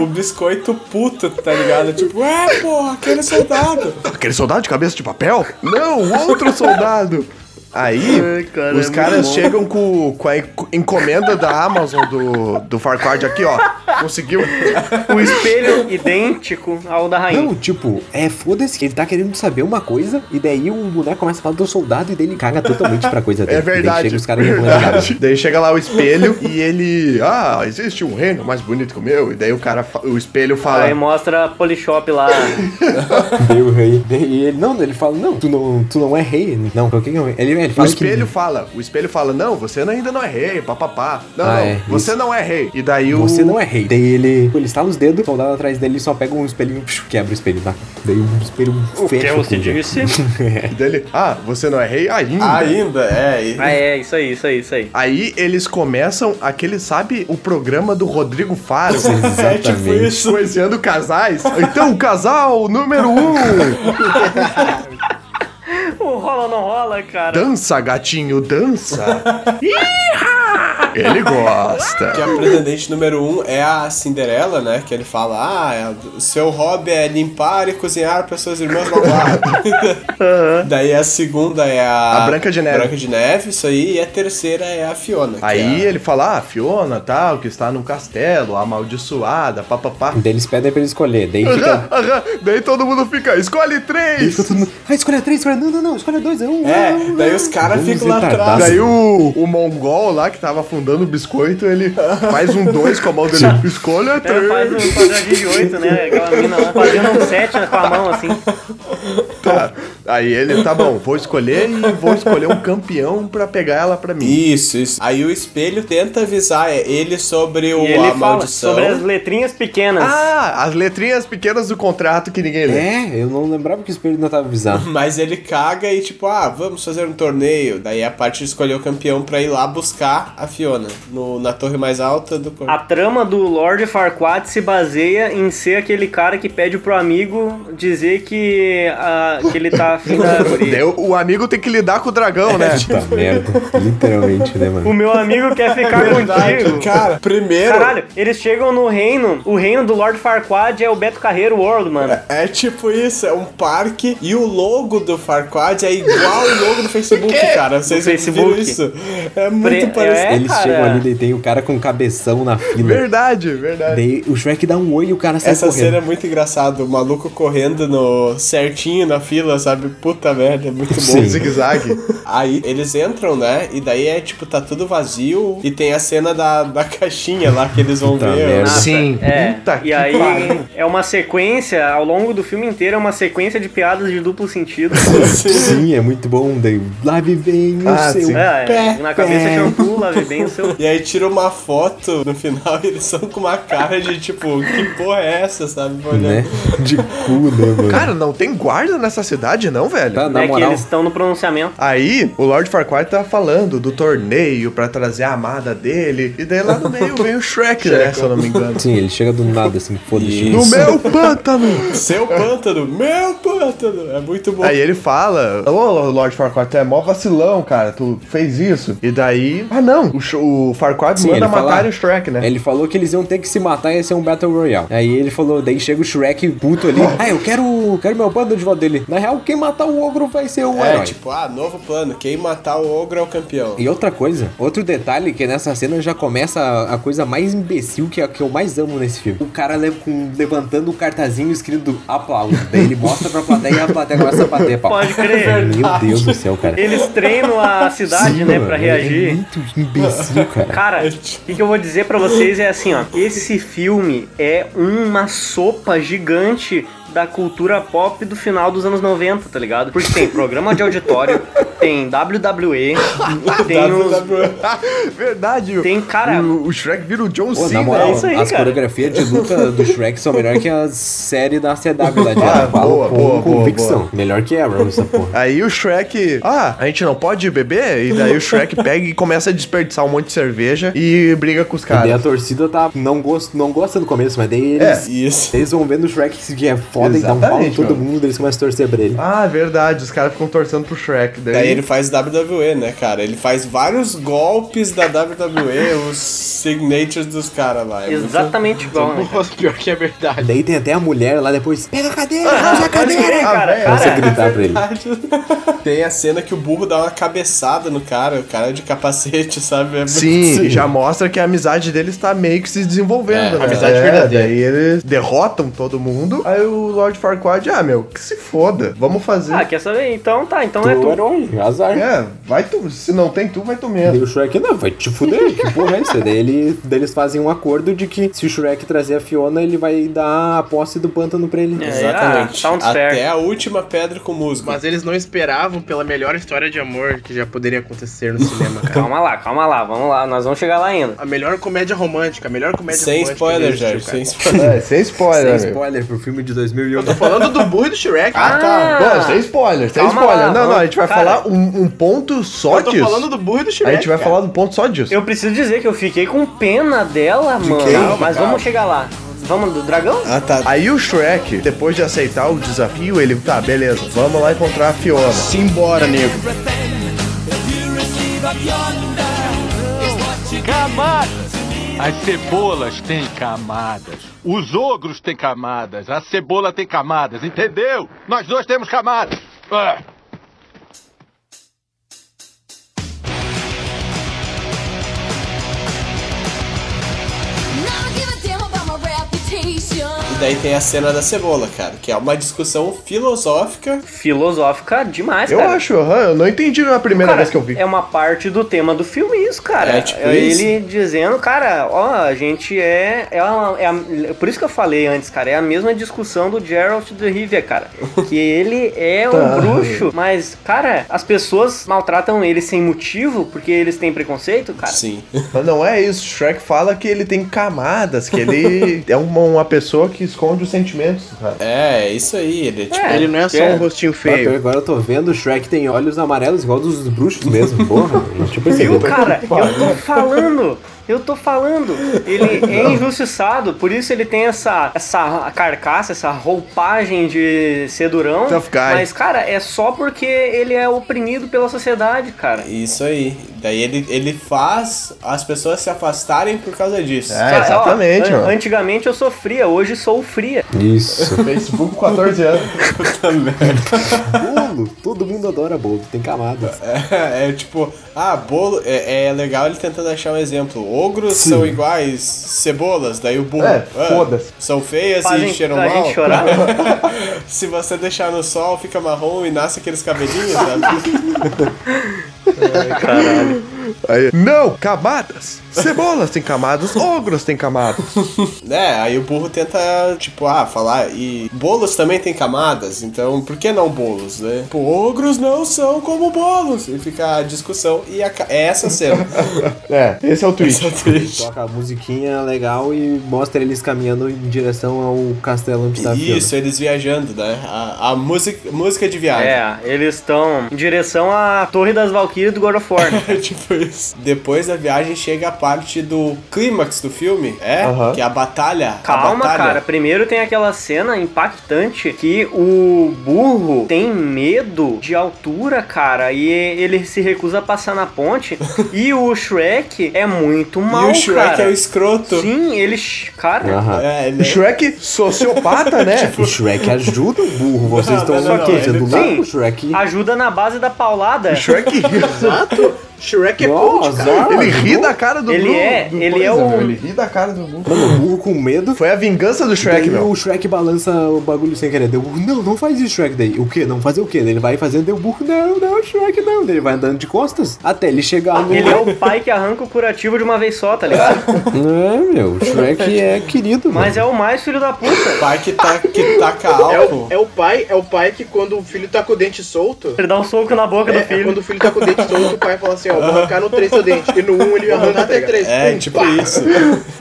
o biscoito puto, tá ligado? Tipo, é, porra, aquele soldado. Aquele soldado de cabeça de papel? Não, outro soldado. Aí, os caras chegam com, com a enc- encomenda da Amazon do, do Farquaad aqui, ó. Conseguiu. O espelho idêntico ao da rainha. Não, tipo, é foda-se, ele tá querendo saber uma coisa, e daí o boneco começa a falar do soldado e daí ele caga totalmente pra coisa dele. É Daí verdade. chega os caras e arranca a cara. verdade. Daí chega lá o espelho e ele. Ah, existe um reino mais bonito que o meu. E daí o cara, fa- o espelho Aí fala. mostra a Polishop lá. Daí o rei. Daí ele, não, ele fala, não, tu não, tu não é rei. Não, o que que é o rei? Ele, ele O fala espelho que fala, o espelho fala, não, você ainda não é rei, papapá. Não, Ah, não, é, você isso. não é rei. E daí o. você *laughs* não é rei. Daí ele, tipo, ele estala os dedos, o soldado atrás dele e só pega um espelhinho, psh, quebra o espelho, tá? Daí o espelho Que fecha. um é o o que *laughs* disse. E daí ele, ah, você não é rei ainda. Ainda, é. e- Ah, é, isso aí, isso aí, isso aí. Aí eles começam aquele, sabe, o programa do Rodrigo Faro. *laughs* É tipo Exatamente. isso. Coisando casais. Então, casal *laughs* número um. O rola ou não rola, cara? Dança, gatinho, dança. Que Ele gosta. a pretendente número um é a Cinderela, né? Que ele fala, ah, é- seu hobby é limpar e cozinhar para suas irmãs malvadas. Daí a segunda é a... A Branca de Neve. Branca de Neve, isso aí. E a terceira é a Fiona. que Aí é... ele fala, ah, Fiona, tal, que está num castelo, amaldiçoada, papapá. Daí eles pedem pra ele escolher. Daí *laughs* fica. Aham, daí todo mundo fica, escolhe daí fica três. todo mundo, ah, escolha três, escolha. Não, não, não, escolha dois, é um. É, daí os caras Vamos ficam lá retardar. atrás. Daí o, o mongol lá, que tava afundando o biscoito, ele faz um dois com a *laughs* mão dele. Escolha É, faz três. um quadradinho de oito, né? Aquela mina lá fazendo um sete com a mão assim. um- Tá. Aí ele, tá bom, vou escolher e vou escolher um campeão pra pegar ela pra mim. Isso, isso. Aí o espelho tenta avisar ele sobre o, E a ele fala maldição. sobre as letrinhas pequenas. Ah, as letrinhas pequenas do contrato que ninguém lê. É, eu não lembrava que o espelho não tava avisado. Mas ele caga e tipo, ah, vamos fazer um torneio. Daí a parte de escolher o campeão pra ir lá buscar a Fiona no, na torre mais alta do corpo. A trama do Lord Farquaad se baseia em ser aquele cara que pede pro amigo dizer que, ah, que ele tá afim da Daí guria. o- o amigo tem que lidar com o dragão, né? *laughs* Puta merda. Literalmente, né, mano? O meu amigo quer ficar contigo. Cara, primeiro Caralho, eles chegam no reino. O reino do Lord Farquaad é o Beto Carreiro World, mano. é tipo isso, é um parque e o logo do Farquad é igual o logo do Facebook, cara. Vocês Do viram Facebook. isso? É muito Pre- *laughs* é, parecido. Eles Cara. chegam ali daí tem o cara com cabeção na fila. Verdade, verdade. Daí o Shrek dá um oi e o cara assim sai Essa correndo. cena é muito engraçada, o maluco correndo no certinho na fila, sabe? Puta merda, é muito *laughs* bom. Sim. Zigue-zague. Aí eles entram, né? E daí é tipo, tá tudo vazio. E tem a cena da, da caixinha lá que eles vão Puta ver. merda. Sim. É, Puta e que aí pariu. é uma sequência, ao longo do filme inteiro, é uma sequência de piadas de duplo sentido. Sim, é muito bom. Daí lave bem o Ah, seu sim. É, pé. na cabeça pé. shampoo, lave bem o seu. E aí tira uma foto no final e eles são com uma cara de tipo, que porra é essa, sabe? Né? Olhando. De cu, né, mano? Cara, não tem guarda nessa cidade, não, velho? tá, *laughs* na é que moral. eles estão no pronunciamento. Aí, o Lord Farquaad tá falando do torneio pra trazer a amada dele. E daí lá no meio vem o Shrek, né? Se eu não *laughs* me engano. Sim, ele chega do nada, assim, foda-se. No meu pântano! Seu pântano, meu pântano! É muito bom. Aí ele fala: Ô, Lord Farquaad, tu é mó vacilão, cara. Tu fez isso. E daí. Ah, não. O, Sh- o Farquaad Sim, manda ele fala- matar o Shrek, né? Ele falou que eles iam ter que se matar e ia ser um Battle Royale. Aí ele falou, daí chega o Shrek puto ali. Ah, eu quero, quero meu bando de volta dele. Na real, quem matar o ogro vai ser o É, herói. tipo, ah, novo plano. Quem matar o ogro é o campeão. E outra coisa, outro detalhe que nessa cena já começa a, a coisa mais imbecil que, é- que eu mais amo nesse filme. O cara le- com- levantando um cartazinho escrito aplauso. Daí ele mostra pra plateia e a plateia começa a bater pau. Pode crer. Meu Deus do céu, cara. Eles treinam a cidade, Sim, né, mano, pra É reagir. muito imbecil, cara. Cara, É o tipo- que, que eu vou dizer pra vocês é assim, ó. Esse filme é uma sopa gigante da cultura pop do final dos anos 90, tá ligado? Porque tem programa de *laughs* auditório, tem WWE, tem os... *laughs* Verdade, Tem, cara... O, o Shrek vira o John Pô, Cena. na moral, é isso aí, as cara. coreografias de luta do Shrek são melhor que a série da CW lá de Ah, Eu falo boa, com boa, boa, convicção. boa. Melhor que Arrow essa porra. Aí o Shrek, ah, a gente não pode beber? E daí *laughs* o Shrek pega e começa a desperdiçar um monte de cerveja e briga com os E daí a caras. torcida tá não, gost, não gosta do começo, mas daí É. eles, Isso. eles vão vendo o Shrek que é foda, então falam em Exatamente, todo mano. mundo, eles começam a torcer pra ele. Ah, verdade, os caras ficam torcendo pro Shrek. Daí, Daí ele faz WWE, né, cara? Ele faz vários golpes da WWE, os signatures dos caras lá. É muito- Exatamente igual, né? Nossa, pior que é verdade. Daí tem até a mulher lá depois, pega a cadeira, arranja a cadeira! Ah, Cara, velho. Começa a gritar pra ele. *laughs* Tem a cena que o burro dá uma cabeçada no cara, o cara é de capacete, sabe? É muito- Sim, e já mostra que a amizade deles tá meio que se desenvolvendo. né? amizade verdadeira. Daí eles derrotam todo mundo. Aí o Lord Farquaad, ah, meu, que se foda. Vamos fazer. Ah, quer saber? Então tá, então Tu é é o tu. herói, azar. É, vai tu. Se não tem tu, vai tu E *laughs* mesmo. o Shrek, não, vai te fuder, que porra é isso? Daí, ele, daí eles fazem um acordo de que se o Shrek trazer a Fiona, ele vai dar a posse do pântano pra É, ele. Ah, Exatamente. sounds Até fair. a última pedra com musgo. Mas eles não esperavam pela melhor história de amor que já poderia acontecer no cinema, cara. Calma lá, calma lá, vamos lá, nós vamos chegar lá ainda. A melhor comédia romântica, a melhor comédia sem romântica. spoiler, já Jair, existiu, sem cara. spoiler. É, sem Sem spoiler. meu. spoiler pro filme de 2001. Eu tô falando do burro e do Shrek. Ah, tá. Ah! Não, sem spoiler, sem Calma spoiler. lá, não, não, a gente vai cara. falar um, um ponto só eu tô disso. falando do burro e do Shrek. A gente vai cara. falar do ponto só disso. Eu preciso dizer que eu fiquei com pena dela, mano. quem? Mas vamos chegar lá. Vamos do dragão? Ah, tá. Aí o Shrek, depois de aceitar o desafio, ele tá, beleza, vamos lá encontrar a Fiona. Simbora, nego. Camadas! As cebolas têm camadas. Os ogros têm camadas. A cebola tem camadas, entendeu? Nós dois temos camadas. Ah. Not give a damn about my reputation. E daí tem a cena da cebola, cara, que é uma discussão filosófica. Filosófica demais, Eu cara. acho, aham, eu não entendi na primeira Cara, vez que eu vi. É uma parte do tema do filme isso, cara. É, tipo ele dizendo, cara, ó, a gente é. é, uma- é a- por isso que eu falei antes, cara, é a mesma discussão do Geralt de Rivia, cara. *laughs* Que ele é Tá. um bruxo, mas, cara, as pessoas maltratam ele sem motivo, porque eles têm preconceito, cara. Sim. um- Mas não é isso, o Shrek fala que ele tem camadas, *laughs* que ele é uma, uma pessoa que esconde os sentimentos, cara. É, é isso aí. Ele, tipo, É, Ele não é só um rostinho Bato, feio. agora eu tô vendo, o Shrek tem olhos amarelos igual dos bruxos mesmo, *laughs* porra. Tipo A gente percebeu. Viu, um cara? Eu tô falando! Eu tô falando! Ele é injustiçado, por isso ele tem essa, essa carcaça, essa roupagem de ser durão. Tough guy. Mas, cara, é só porque ele é oprimido pela sociedade, cara. Isso aí. Daí ele, ele faz as pessoas se afastarem por causa disso. É, Cara, ó, exatamente, an- mano. *laughs* Antigamente eu sofria, hoje sou fria. Isso. Facebook 14 anos. Puta merda. Uh, bolo. Todo mundo adora bolo, tem camadas. *laughs* É, tipo, ah, bolo. É, é legal ele tentando achar um exemplo. Ogros Sim. são iguais cebolas, daí o burro. É, ah, foda-se. São feias Pra e gente, cheiram pra mal. gente chorar. *laughs* Se você deixar no sol, fica marrom e nasce aqueles cabelinhos, sabe? Aí, não, camadas! Cebolas tem camadas, ogros tem camadas. né? Aí o burro tenta, tipo, ah, falar. E bolos também tem camadas, então por que não bolos, né? Tipo, ogros não são como bolos. E fica a discussão e aca- é essa a *laughs* cena. É, esse é o tweet. Essa triste. Toca a musiquinha legal e mostra eles caminhando em direção ao castelo onde Tá está a Fiona. Isso, eles viajando, né? A, a música, música de viagem. É, eles estão em direção à Torre das Valkyrias do God of War. né? É *laughs* tipo isso. Depois da viagem chega a parte do clímax do filme, é? Aham. Que é a batalha. a Calma, batalha. cara. Primeiro tem aquela cena impactante que o burro tem medo de altura, cara, e ele se recusa a passar *laughs* na ponte. e o Shrek é muito mal, e o Shrek cara. é o escroto. Sim, eles, cara, Aham. É, ele O Shrek, sociopata, *laughs* né? O Shrek ajuda o burro, vocês estão não, não, tá o quê? ele- tá Do lado Sim. do Shrek. ajuda na base da paulada. O Shrek *laughs* ri. Shrek é coach, Nossa, cara. Ele ri da cara do Ele Bruno. é- do ele coisa, é o- meu, Ele ri da cara do Bruno. mano, o burro com medo. Foi a vingança do Shrek, daí meu. o Shrek balança o bagulho sem querer. Deu, não, não faz isso, Shrek. Daí, o quê? Não fazer o quê? Daí Ele vai fazendo, deu burro. Não, não, Shrek não. Daí Ele vai andando de costas até ele chegar no. Ele é o pai que arranca o curativo de uma vez só, tá ligado? *laughs* É, meu, o Shrek é querido, Mas mano. é o mais filho da puta. pai que, tá, que *laughs* taca álcool. É o pai, é o pai que quando o filho tá com o dente solto. Ele dá um soco na boca É, do é filho. quando o filho tá com o dente solto, o pai fala assim, ó, vou arrancar no 3 seu dente. E no 1 um ele arranca até 3. É, tipo isso.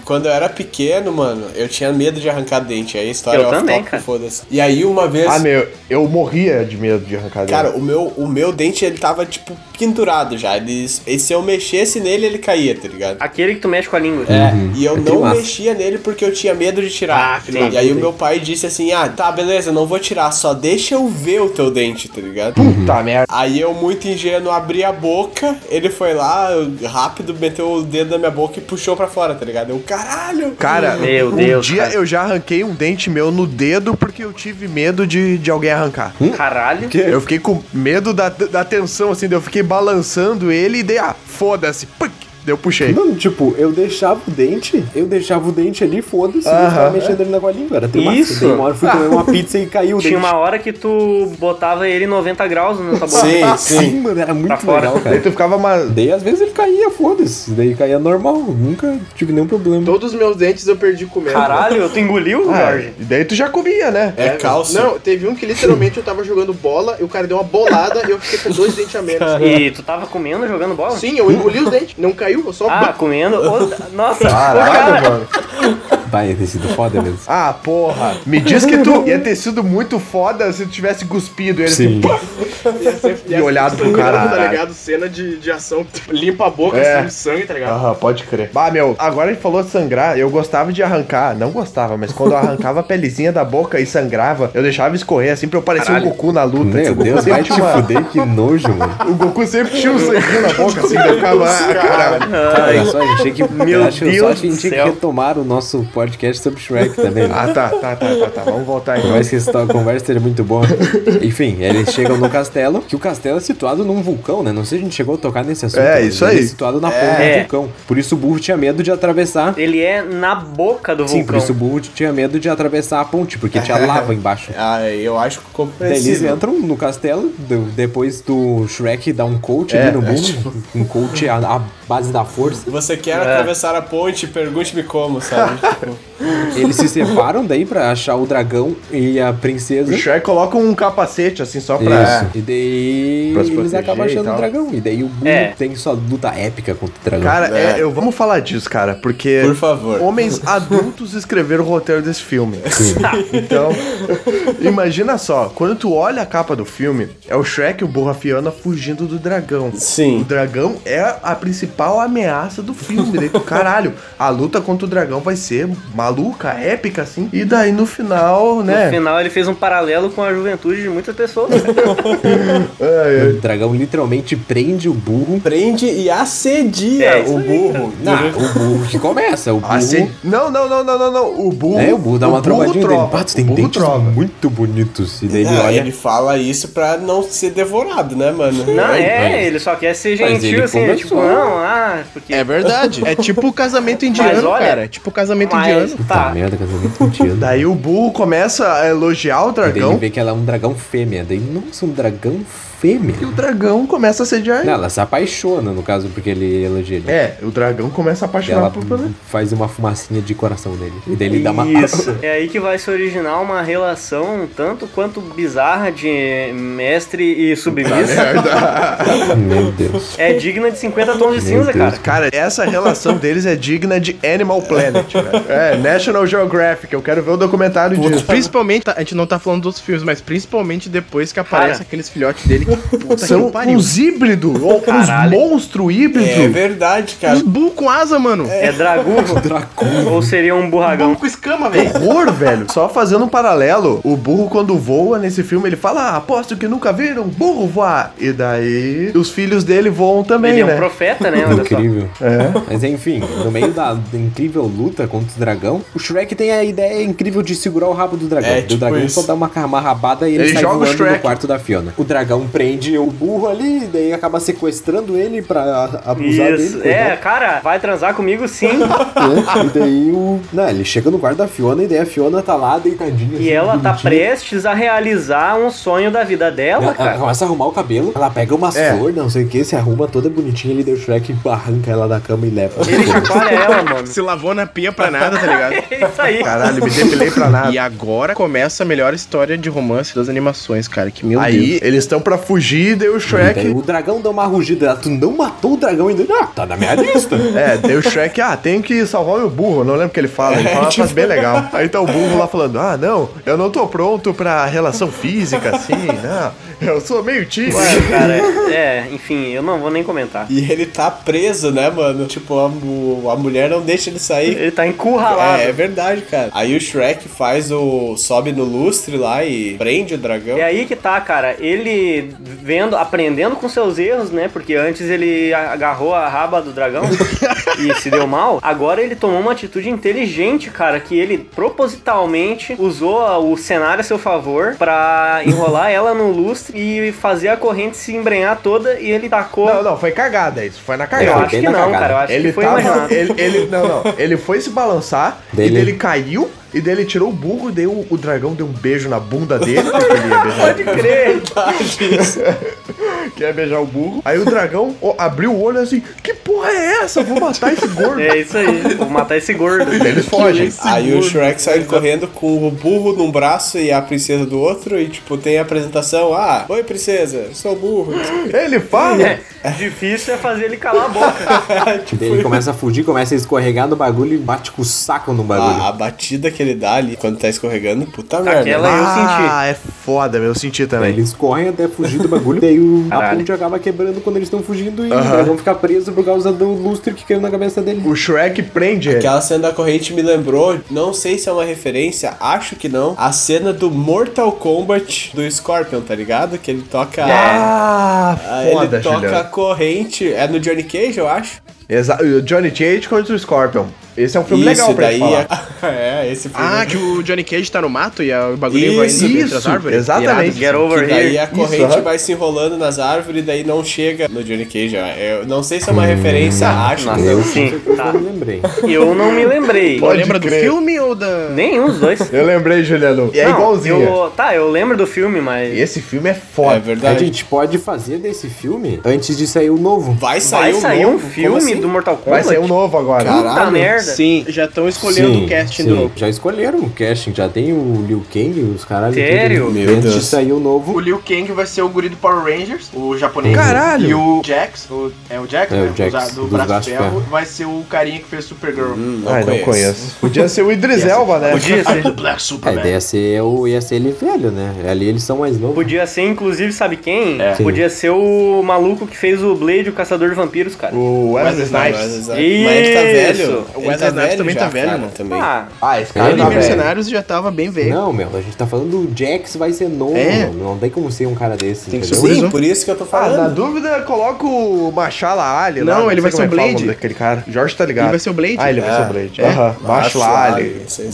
Quando eu era pequeno, mano, eu tinha medo de arrancar dente. Aí a história Eu off também, top, cara. foda-se. E aí uma vez. Ah, meu, eu morria de medo de arrancar dele. Cara, o meu, o meu dente, ele tava, tipo, pendurado já. Ele, e se eu mexesse nele, ele caía, tá ligado? Aquele que tu mexe com a língua. É, e eu É não massa. mexia nele porque eu tinha medo de tirar. Ah, filho da e aí o meu pai disse assim: Ah, tá, beleza, não vou tirar, só deixa eu ver o teu dente, tá ligado? Puta merda. Aí eu, muito ingênuo, abri a boca, ele foi lá, rápido, meteu o dedo na minha boca e puxou pra fora, tá ligado? Eu, caralho! Cara, Meu um Deus, dia cara. eu já arranquei um dente meu no dedo porque eu tive medo de, de alguém arrancar. Hum? Caralho. Eu fiquei com medo da, da tensão, assim, daí eu fiquei balançando ele e dei, ah, foda-se. Puc, daí eu puxei. Mano, tipo, eu deixava o dente, eu deixava o dente ali, foda-se, eu ficava mexendo ele na com a língua. Era teu Isso. Daí uma hora eu fui *laughs* comer uma pizza e caiu o dente. Tinha uma hora que tu botava ele 90 graus na tua Sim, *laughs* boca. Sim, sim. mano, era muito Pra fora. legal, Daí cara. tu ficava uma. Daí às vezes ele caía, foda-se. Daí caía normal, nunca tive nenhum problema. Então, Todos os meus dentes eu perdi comendo. Caralho, tu engoliu, Ah, Jorge? e daí tu já comia, né? É cálcio. Não, teve um que literalmente eu tava jogando bola e o cara deu uma bolada e eu fiquei com dois dentes *laughs* a menos. E tu tava comendo, jogando bola? Sim, eu engoli os dentes, não caiu, eu só. Ah, comendo? Ô, Nossa, Caralho, mano. Vai ter sido foda *laughs* mesmo. Ah, porra. Me diz que tu ia ter sido muito foda se tu tivesse cuspido ele assim, Sim. puf, e olhado pro cara. Tá ligado? Cena de, de ação *laughs* que tu limpa a boca, É. assim, sangue, tá ligado? Aham, pode crer. Bah, meu, agora ele falou de sangrar, eu gostava de arrancar. Não gostava, mas quando eu arrancava a pelezinha da boca e sangrava, eu deixava escorrer assim pra eu parecer um Goku na luta. Meu O Goku Deus, sempre vai te tinha uma- fuder, que nojo, *laughs* mano. O Goku sempre tinha um sanguinho na boca, assim, eu ficava. Ah, cara. Olha só, a gente tinha *laughs* que, Meu eu acho, Deus só a gente do tinha que céu. retomar o nosso podcast sobre Shrek também. né? Ah, tá, tá, tá, tá, tá. Vamos voltar então. Mas que essa conversa seria muito boa. Enfim, eles chegam no castelo, que o castelo é situado num vulcão, né? Não sei se a gente chegou a tocar nesse assunto. É, mas isso ele aí. É situado na ponta É. do vulcão. Por isso o burro tinha medo de atravessar. ele é na boca do Sim, por vulcão. isso o burro tinha medo de atravessar a ponte, porque tinha lava embaixo. Ah, eu acho que Daí eles compreensível. entram no castelo, de- depois do Shrek dar um coach É, ali no é, burro. Um coach à, à base da força. Você É. quer atravessar a ponte? Pergunte-me como, *laughs* sabe? Tipo, Eles se separam daí pra achar o dragão e a princesa. O Shrek coloca um capacete, assim, só pra. Isso. E daí Pra se eles proteger acabam e achando o tal. dragão. E daí o burro É. tem sua luta épica contra o dragão. Cara, é, eu vamos falar disso, cara, porque. Por favor. Homens *laughs* adultos escreveram o roteiro desse filme. Então, imagina só, quando tu olha a capa do filme, é o Shrek e o Burro a Fiona fugindo do dragão. Sim. O né? Tipo, dragão é a principal ameaça do filme. Daí tu, caralho, a luta contra o dragão vai ser maluca, épica, assim. E daí no final, No né? final ele fez um paralelo com a juventude de *laughs* muitas pessoas. Ai, ai. O dragão literalmente prende o burro. Prende e assedia É isso o aí, burro. Não, o burro que começa. O burro. Assim, não, não, não, não, não, não. O burro. É, o burro dá uma trovadinha trova. dele. Pato, tem o burro dentes né? trova. muito bonitos. E daí ele Não, olha. ele fala isso pra não ser devorado, né, mano? Não, é, mas- ele só quer ser mas ele gentil, assim, é tipo, começou. não, ah, porque. É verdade. *laughs* É tipo o casamento indiano, olha, cara. É tipo o casamento mas, indiano. Puta tá, merda, casamento indiano. Daí o burro começa a elogiar o Daí ele dragão. vê que ela é um dragão fêmea. Daí, nossa, um dragão fêmea. E o dragão começa a sediar. Não, ela se apaixona, no caso, porque ele elogia ele. É, o dragão começa a Daí ela apaixonar por pelo. faz uma fumacinha de coração nele. E daí ele dá uma. Isso. É aí que vai se originar uma relação tanto quanto bizarra de mestre e submissa. *laughs* Meu Deus. É digna de 50 tons de Meu cinza, Deus. cara. Cara, *laughs* essa relação deles é digna de Animal Planet, velho. É, National Geographic. Eu quero ver o documentário disso. Principalmente, tá- a gente não tá falando dos filmes, mas principalmente depois que aparece Cara. aqueles filhotes dele. que- Puta São que pariu. uns híbridos, ou uns Caralho. monstro É híbrido. verdade, cara. Uns burro com asa, mano. É dragurro ou seria um Burro burragão? com escama, velho. Horror, velho. Só fazendo um paralelo, o burro quando voa nesse filme, ele fala: ah, aposto que nunca viram um burro voar. E daí, os filhos dele voam também, Ele é né? É. um profeta, né? Olha só. Incrível. Mas enfim, no meio da incrível luta contra o dragão, o Shrek tem a ideia incrível de segurar o rabo do dragão. É, O tipo dragão isso. só dá uma camarrabada e ele, Ele sai joga o voando no Shrek. quarto da Fiona. O dragão prende o burro ali, e daí acaba sequestrando ele pra a- abusar Isso, dele. né? é, cara, vai transar comigo sim. coitado, né? *laughs* E daí o. Não, ele chega no quarto da Fiona e daí a Fiona tá lá deitadinha. E ela tá prestes a realizar um sonho da vida dela, Ela, ela cara. começa a arrumar o cabelo, ela pega umas É. flores, não sei o que, se arruma toda bonitinha, ele deu o Shrek *laughs* e arranca ela da cama e leva. Ele chacoalha ela, mano. Se lavou na pia pra nada, tá ligado? É isso aí. Caralho, me depilei pra nada. E agora começa a melhor história de romance das animações, cara. Que meu Aí Deus. eles estão pra fugir, daí o Daí Shrek. o dragão dá uma rugida, tu não matou o dragão ainda. Ah, tá na minha *laughs* lista. É, daí o Shrek, ah, tenho que salvar o meu burro. Não lembro o que ele fala, É, ele fala uma tipo- frase bem legal. Aí tá o burro lá falando: ah, não, eu não tô pronto pra relação física assim, não. Eu sou meio tímido. Cara, é, enfim, eu não vou nem comentar. E ele tá preso, né, mano? Tipo, a, mu- a mulher não deixa ele sair. Ele tá encurralado. É, é verdade, cara. Aí o Shrek faz o. sobe no lustre lá e prende o dragão. É aí que tá, cara. Ele vendo, aprendendo com seus erros, né? Porque antes ele agarrou a raba do dragão e se deu mal. Agora ele tomou uma atitude inteligente, cara, que ele propositalmente usou o cenário a seu favor pra enrolar ela no lustre e fazer a corrente se embrenhar toda e ele tacou. Não, não, foi cagada isso, foi na eu foi cagada. acho bem que na não, cagada. cara. Eu acho Ele que foi tava. imaginado. Ele, ele, não, não. Ele foi se balançar, Daí e daí ele- ele caiu, e daí ele tirou o burro, e daí o, o dragão deu um beijo na bunda dele, porque ele ia beijar. Pode crer. Quer beijar o burro. Aí o dragão ó, abriu o olho assim: Que porra é essa? Vou matar esse *laughs* gordo. É isso aí. Vou matar esse gordo. Eles fogem. Aí o Shrek sai correndo com o burro num braço e a princesa do outro, e tipo, tem a apresentação: Ah, oi princesa, eu sou o burro. Ele fala. né? Difícil é fazer ele calar a boca. Daí Tipo, ele começa a fugir, começa a escorregar no bagulho e bate com o saco no bagulho. Ah, A, a batida que ele dá ali quando tá escorregando, puta merda. Aquela eu senti. Ah, é foda, meu. Eu senti Daí também. eles correm até fugir do bagulho, daí *laughs* o, a Caralho. ponte acaba quebrando quando eles estão fugindo e o dragão fica preso por causa do lustre que caiu na cabeça dele. O Shrek prende ele. Aquela cena da corrente me lembrou, não sei se é uma referência, acho que não, a cena do Mortal Kombat do Scorpion, tá ligado? Que ele toca. Ah, É. Ah, foda, ele toca a Juliano. corrente. É no Johnny Cage, eu acho. Exa- o Johnny Cage contra o Scorpion. Esse é um filme legal pra ele falar. *laughs* é... é, esse filme. Ah, que o Johnny Cage tá no mato e a- o bagulho vai Isso, indo entre as isso, árvores. exatamente. Get over Que daí here. a Isso, corrente aham. vai se enrolando nas árvores e daí não chega no Johnny Cage. ó. Eu não sei se é uma referência, acho que não. Sim, tá. Eu não lembrei. Eu não me lembrei. Pode Lembra crer. do filme ou da. Nenhum dos dois. Eu lembrei, Juliano. *laughs* E é Não, igualzinho. eu- tá, eu lembro do filme, mas. Esse filme é É foda. A verdade. gente pode fazer desse filme antes de sair o novo. Vai sair, Vai um, sair novo? um Como filme assim? do Mortal Kombat? Vai sair um novo agora. Caralho. Puta Ah, merda. Sim, já estão escolhendo Sim, o casting sim. do novo. Já escolheram o casting, já tem o Liu Kang, os caralho. Sério? tudo. Meu antes de Deus. sair o O novo. Liu Kang vai ser o guri do Power Rangers, o japonês. Caralho! E o Jax, o- é o Jax, É, né? o Jax, da- do dos braço braços de de ferro, ferro. Hum. vai ser o carinha que fez Supergirl. Não Ai, não conheço. Podia ser o Idris Elba, né? Podia ser. Black A é Superman. ideia É, ia ser, o, ia ser ele velho, né? Ali eles são mais novos. Podia ser, inclusive, sabe quem? É. Podia ser o maluco que fez o Blade, o Caçador de Vampiros, cara. *laughs* O Wesley Wesley Snipes. Snipes. Mas ele tá Isso. velho. O Ele Wesley Snipes também tá velho, cara, mano. Também. Ah, Ah, Ah, esse cara Ele tá em velho. Mercenários já tava bem velho. Não, meu, a gente tá falando do Jax vai ser novo, É. mano. Não tem como ser um cara desse, Tem que entendeu? Sim, por isso que eu tô Ah, na falando. dúvida, coloca o Machala Ali lá. Não, ele vai sei ser o como é que fala Blade. nome daquele cara. Jorge tá ligado. Ele vai ser o Blade? Ah, ele vai É. ser o Blade. É. Aham. Machala Machala, Ali. isso, isso.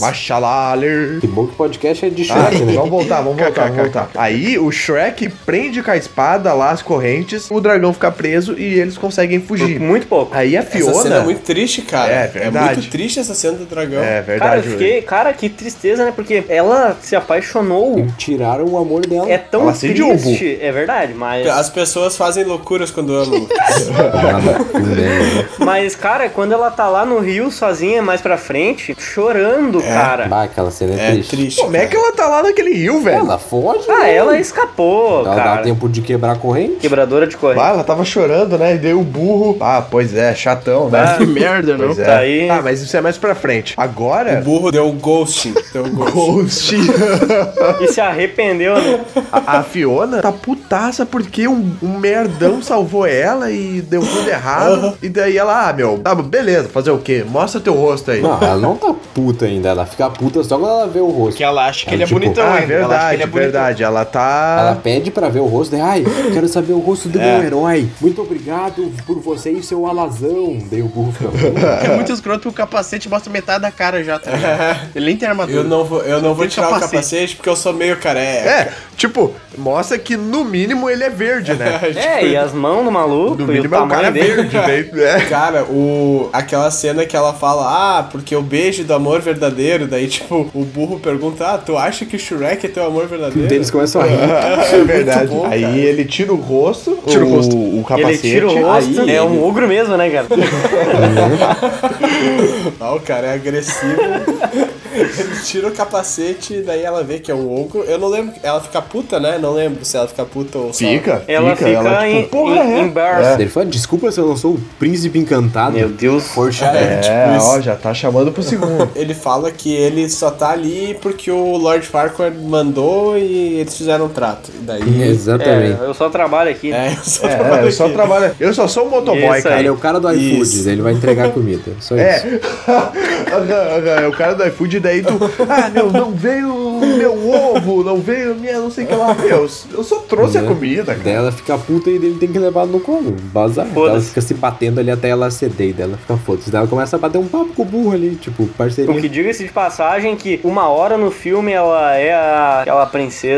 *laughs* Machala Ali. Que bom que o podcast é de Ah, Shrek, né? vamos voltar, vamos voltar, vamos voltar. Aí o Shrek prende com a espada lá as correntes, o dragão fica preso e eles conseguem fugir. Ah, muito pouco. Aí a Essa cena Fiona. é muito triste, cara. É, verdade. muito triste essa cena do dragão. É verdade. Cara, eu fiquei. Cara, que tristeza, né? Porque ela se apaixonou. E tiraram o amor dela. É tão Então, Ela acende o triste. É verdade, mas. As pessoas fazem loucuras quando amam. Ah, né? Mas, cara, quando ela tá lá no rio sozinha, mais pra frente, chorando, É. cara. Bah, aquela cena é, É triste. triste. Como é que ela tá lá naquele rio, velho? Ela foge, Ah, né? é ela escapou, Ela cara. dá tempo de quebrar a corrente. Quebradora de corrente. Ah, ela tava chorando, né? E deu o burro. Ah, pois é, chatão, né? Ah, Que merda, não. Pois é. tá aí. Ah, mas isso é mais pra frente. O Agora. burro deu um ghosting. Deu um ghosting. Ghost. E se arrependeu, né? a, a Fiona tá putaça porque um, um merdão salvou ela e deu tudo errado. e daí ela, ah, meu, tá, beleza, fazer o quê? Mostra teu rosto aí. Ah, Não, ela não tá puta ainda. Ela fica puta só quando ela vê o rosto. Que ela acha que É, ele é tipo, bonitão então, Ah, ainda. ela acha que verdade, ele é bonitão. verdade. Ela tá. Ela pede pra ver o rosto daí, ai, quero saber o rosto do meu herói. Muito obrigado por você e seu alazão. Daí o burro fica. *laughs* "Hum, É muito escroto que o capacete mostra metade da cara já, tá ligado? Ele nem tem armadura. Eu não vou, eu não vou Tem tirar o capacete. capacete porque eu sou meio careca. É, tipo, mostra que no mínimo ele é verde, *laughs* né? É, e as mãos do maluco No e o mínimo é um tamanho cara dele. verde, né? É. Cara, o aquela cena que ela fala: "Ah, porque o beijo do amor verdadeiro". Daí tipo, o burro pergunta: "Ah, tu acha que Shrek é teu amor verdadeiro?". Daí eles começam a rir. É verdade. bom, aí cara. ele tira o rosto, Tira o rosto. o Ele capacete. tira o rosto. aí ele- é um ogro mesmo, né, cara? Ah, o cara é *laughs* agressivo. Ele tira o capacete, daí ela vê que é um ogro. Eu não lembro, ela fica puta, né? Não lembro se ela fica puta ou só. Fica, fica, Ela fica, em, tipo, porra, em, é. embarrassed. Ele fala, desculpa se eu não sou o príncipe encantado. Meu Deus. Poxa, É, É, tipo isso. ó, já tá chamando pro *laughs* segundo. Ele fala que ele só tá ali porque o Lord Farquaad mandou e eles fizeram um trato. E daí. É, Exatamente. eu só trabalho aqui. É, *laughs* né? eu só trabalho É, eu só aqui. trabalho. Eu só sou um motoboy, Isso cara. aí. Ele é o cara do iFood, Isso. ele vai entregar comida. Só isso. É. *laughs* Aham, aham, é o cara do iFood, daí tu. Ah, meu, não veio meu ovo, não veio minha, não sei o que lá. Meu, eu só trouxe a Né? comida, Daí cara. ela fica puta e ele tem que levar no colo, vazar. Foda-se. Ela fica se batendo ali até ela ceder, e daí ela fica foda-se. Daí ela começa a bater um papo com o burro ali, tipo, O que parceria. diga-se de passagem que uma hora no filme ela é a- aquela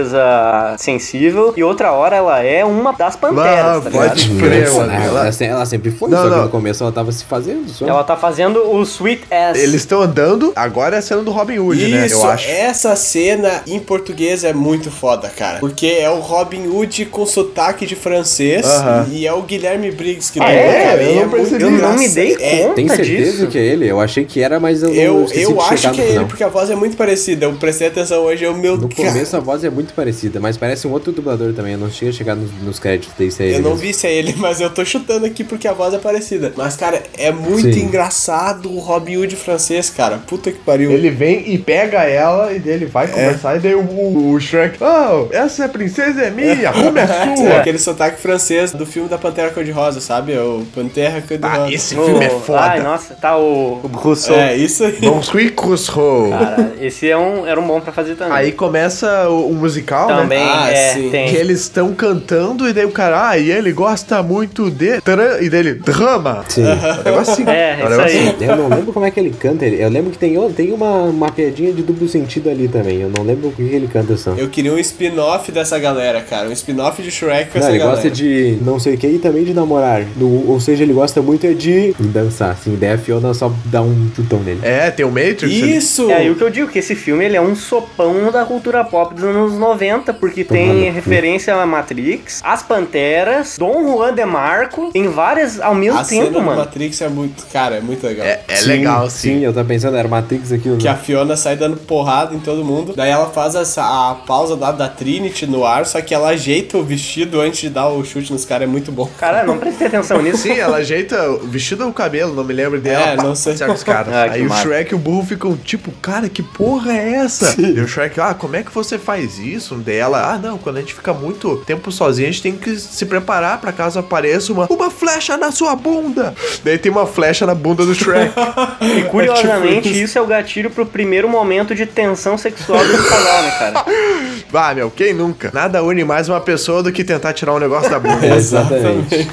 princesa sensível e outra hora ela é uma das panteras, tá Não, ligado? pode crer, Nossa, mano. né? Ela- ela, se- ela sempre foi, Não, só que não. no começo ela tava se fazendo só. Ela tá fazendo o sweet ass. Eles estão andando, agora é a cena do Robin Hood, né? Isso, Eu acho. essa cena em português é muito foda, cara. Porque é o Robin Hood com sotaque de francês Aham. e é o Guilherme Briggs que Ah, dubla, é? cara, Eu e não muito percebi. Eu não me engraçado. dei É, conta Tem certeza disso. que é ele? Eu achei que era, mas eu não Eu, esqueci eu tipo de acho checar que no é ele, final. porque a voz é muito parecida. Eu prestei atenção hoje, eu, meu No cara, começo a voz é muito parecida, mas parece um outro dublador também. Eu não cheguei a chegar nos, nos créditos desse aí. né? Eu não vi se é ele, *laughs* mas eu tô chutando aqui porque a voz é parecida. Mas, cara, é muito Sim. engraçado o Robin Hood francês, cara. Puta que pariu. *laughs* Ele vem e pega ela e daí ele vai conversar e daí o, o, o Shrek. Oh, essa princesa é minha, como é *laughs* É sua? aquele sotaque francês do filme da Pantera Cor-de-Rosa, sabe? É O Pantera Cor-de-Rosa. Ah, esse filme é O- Ai, foda. nossa, tá o, o Rousseau. É, isso aí. Bonsoir, Cusro. Cara, esse é um, era um bom pra fazer também. Aí começa o, o musical, né? também Ah, é, sim. tem. Que eles estão cantando e daí o cara, ah, e ele gosta muito de. Tran, e dele, drama. Sim. É um negócio assim. É, um isso negócio aí. assim. Eu não lembro como é que ele canta. ele- Eu lembro que tem, o- tem uma, uma piadinha de duplo sentido ali também. Eu não lembro o que que ele canta só. Eu queria um spin-off dessa galera, cara. Um spin-off de Shrek com Não, essa ele galera. gosta de não sei o que e também de namorar. No- ou seja, ele gosta muito é de dançar. Assim, daí a Fiona só dá um chutão nele. É, tem o Matrix. ali. Isso! É aí o que eu digo, que esse filme ele é um sopão da cultura pop dos anos 90, porque tem Tomando. referência a Matrix, As Panteras, Dom Juan de Marco, tem várias ao mesmo a cena tempo, do mano. Matrix é muito. Cara, é muito legal. É, é legal, sim. Sim, eu tava pensando, era Matrix aquilo. Que a né? Fiona sai dando porrada em todo mundo. Daí ela faz essa, a pausa lá da Trinity no ar, só que ela ajeita o vestido antes de dar o chute nos caras, é muito bom. Caralho, não prestei atenção nisso. *laughs* Sim, ela ajeita o vestido ou o cabelo, não me lembro dela. É, não sei. Acerta os caras. *laughs* Ah, que Aí o massa. Shrek e o burro ficam tipo, cara, que porra é essa? E o Shrek, ah, como é que você faz isso? Daí ela, ah, não, quando a gente fica muito tempo sozinho, a gente tem que se preparar pra caso apareça uma, uma flecha na sua bunda. Daí tem uma flecha na bunda do *laughs* Shrek. E tipo curiosamente, isso é o gatilho pro primeiro momento de tensão sexual desse casal, né, *laughs* cara? Vá, meu, quem nunca? Nada une mais uma pessoa do que tentar tirar um negócio da bunda. *laughs* É. Exatamente.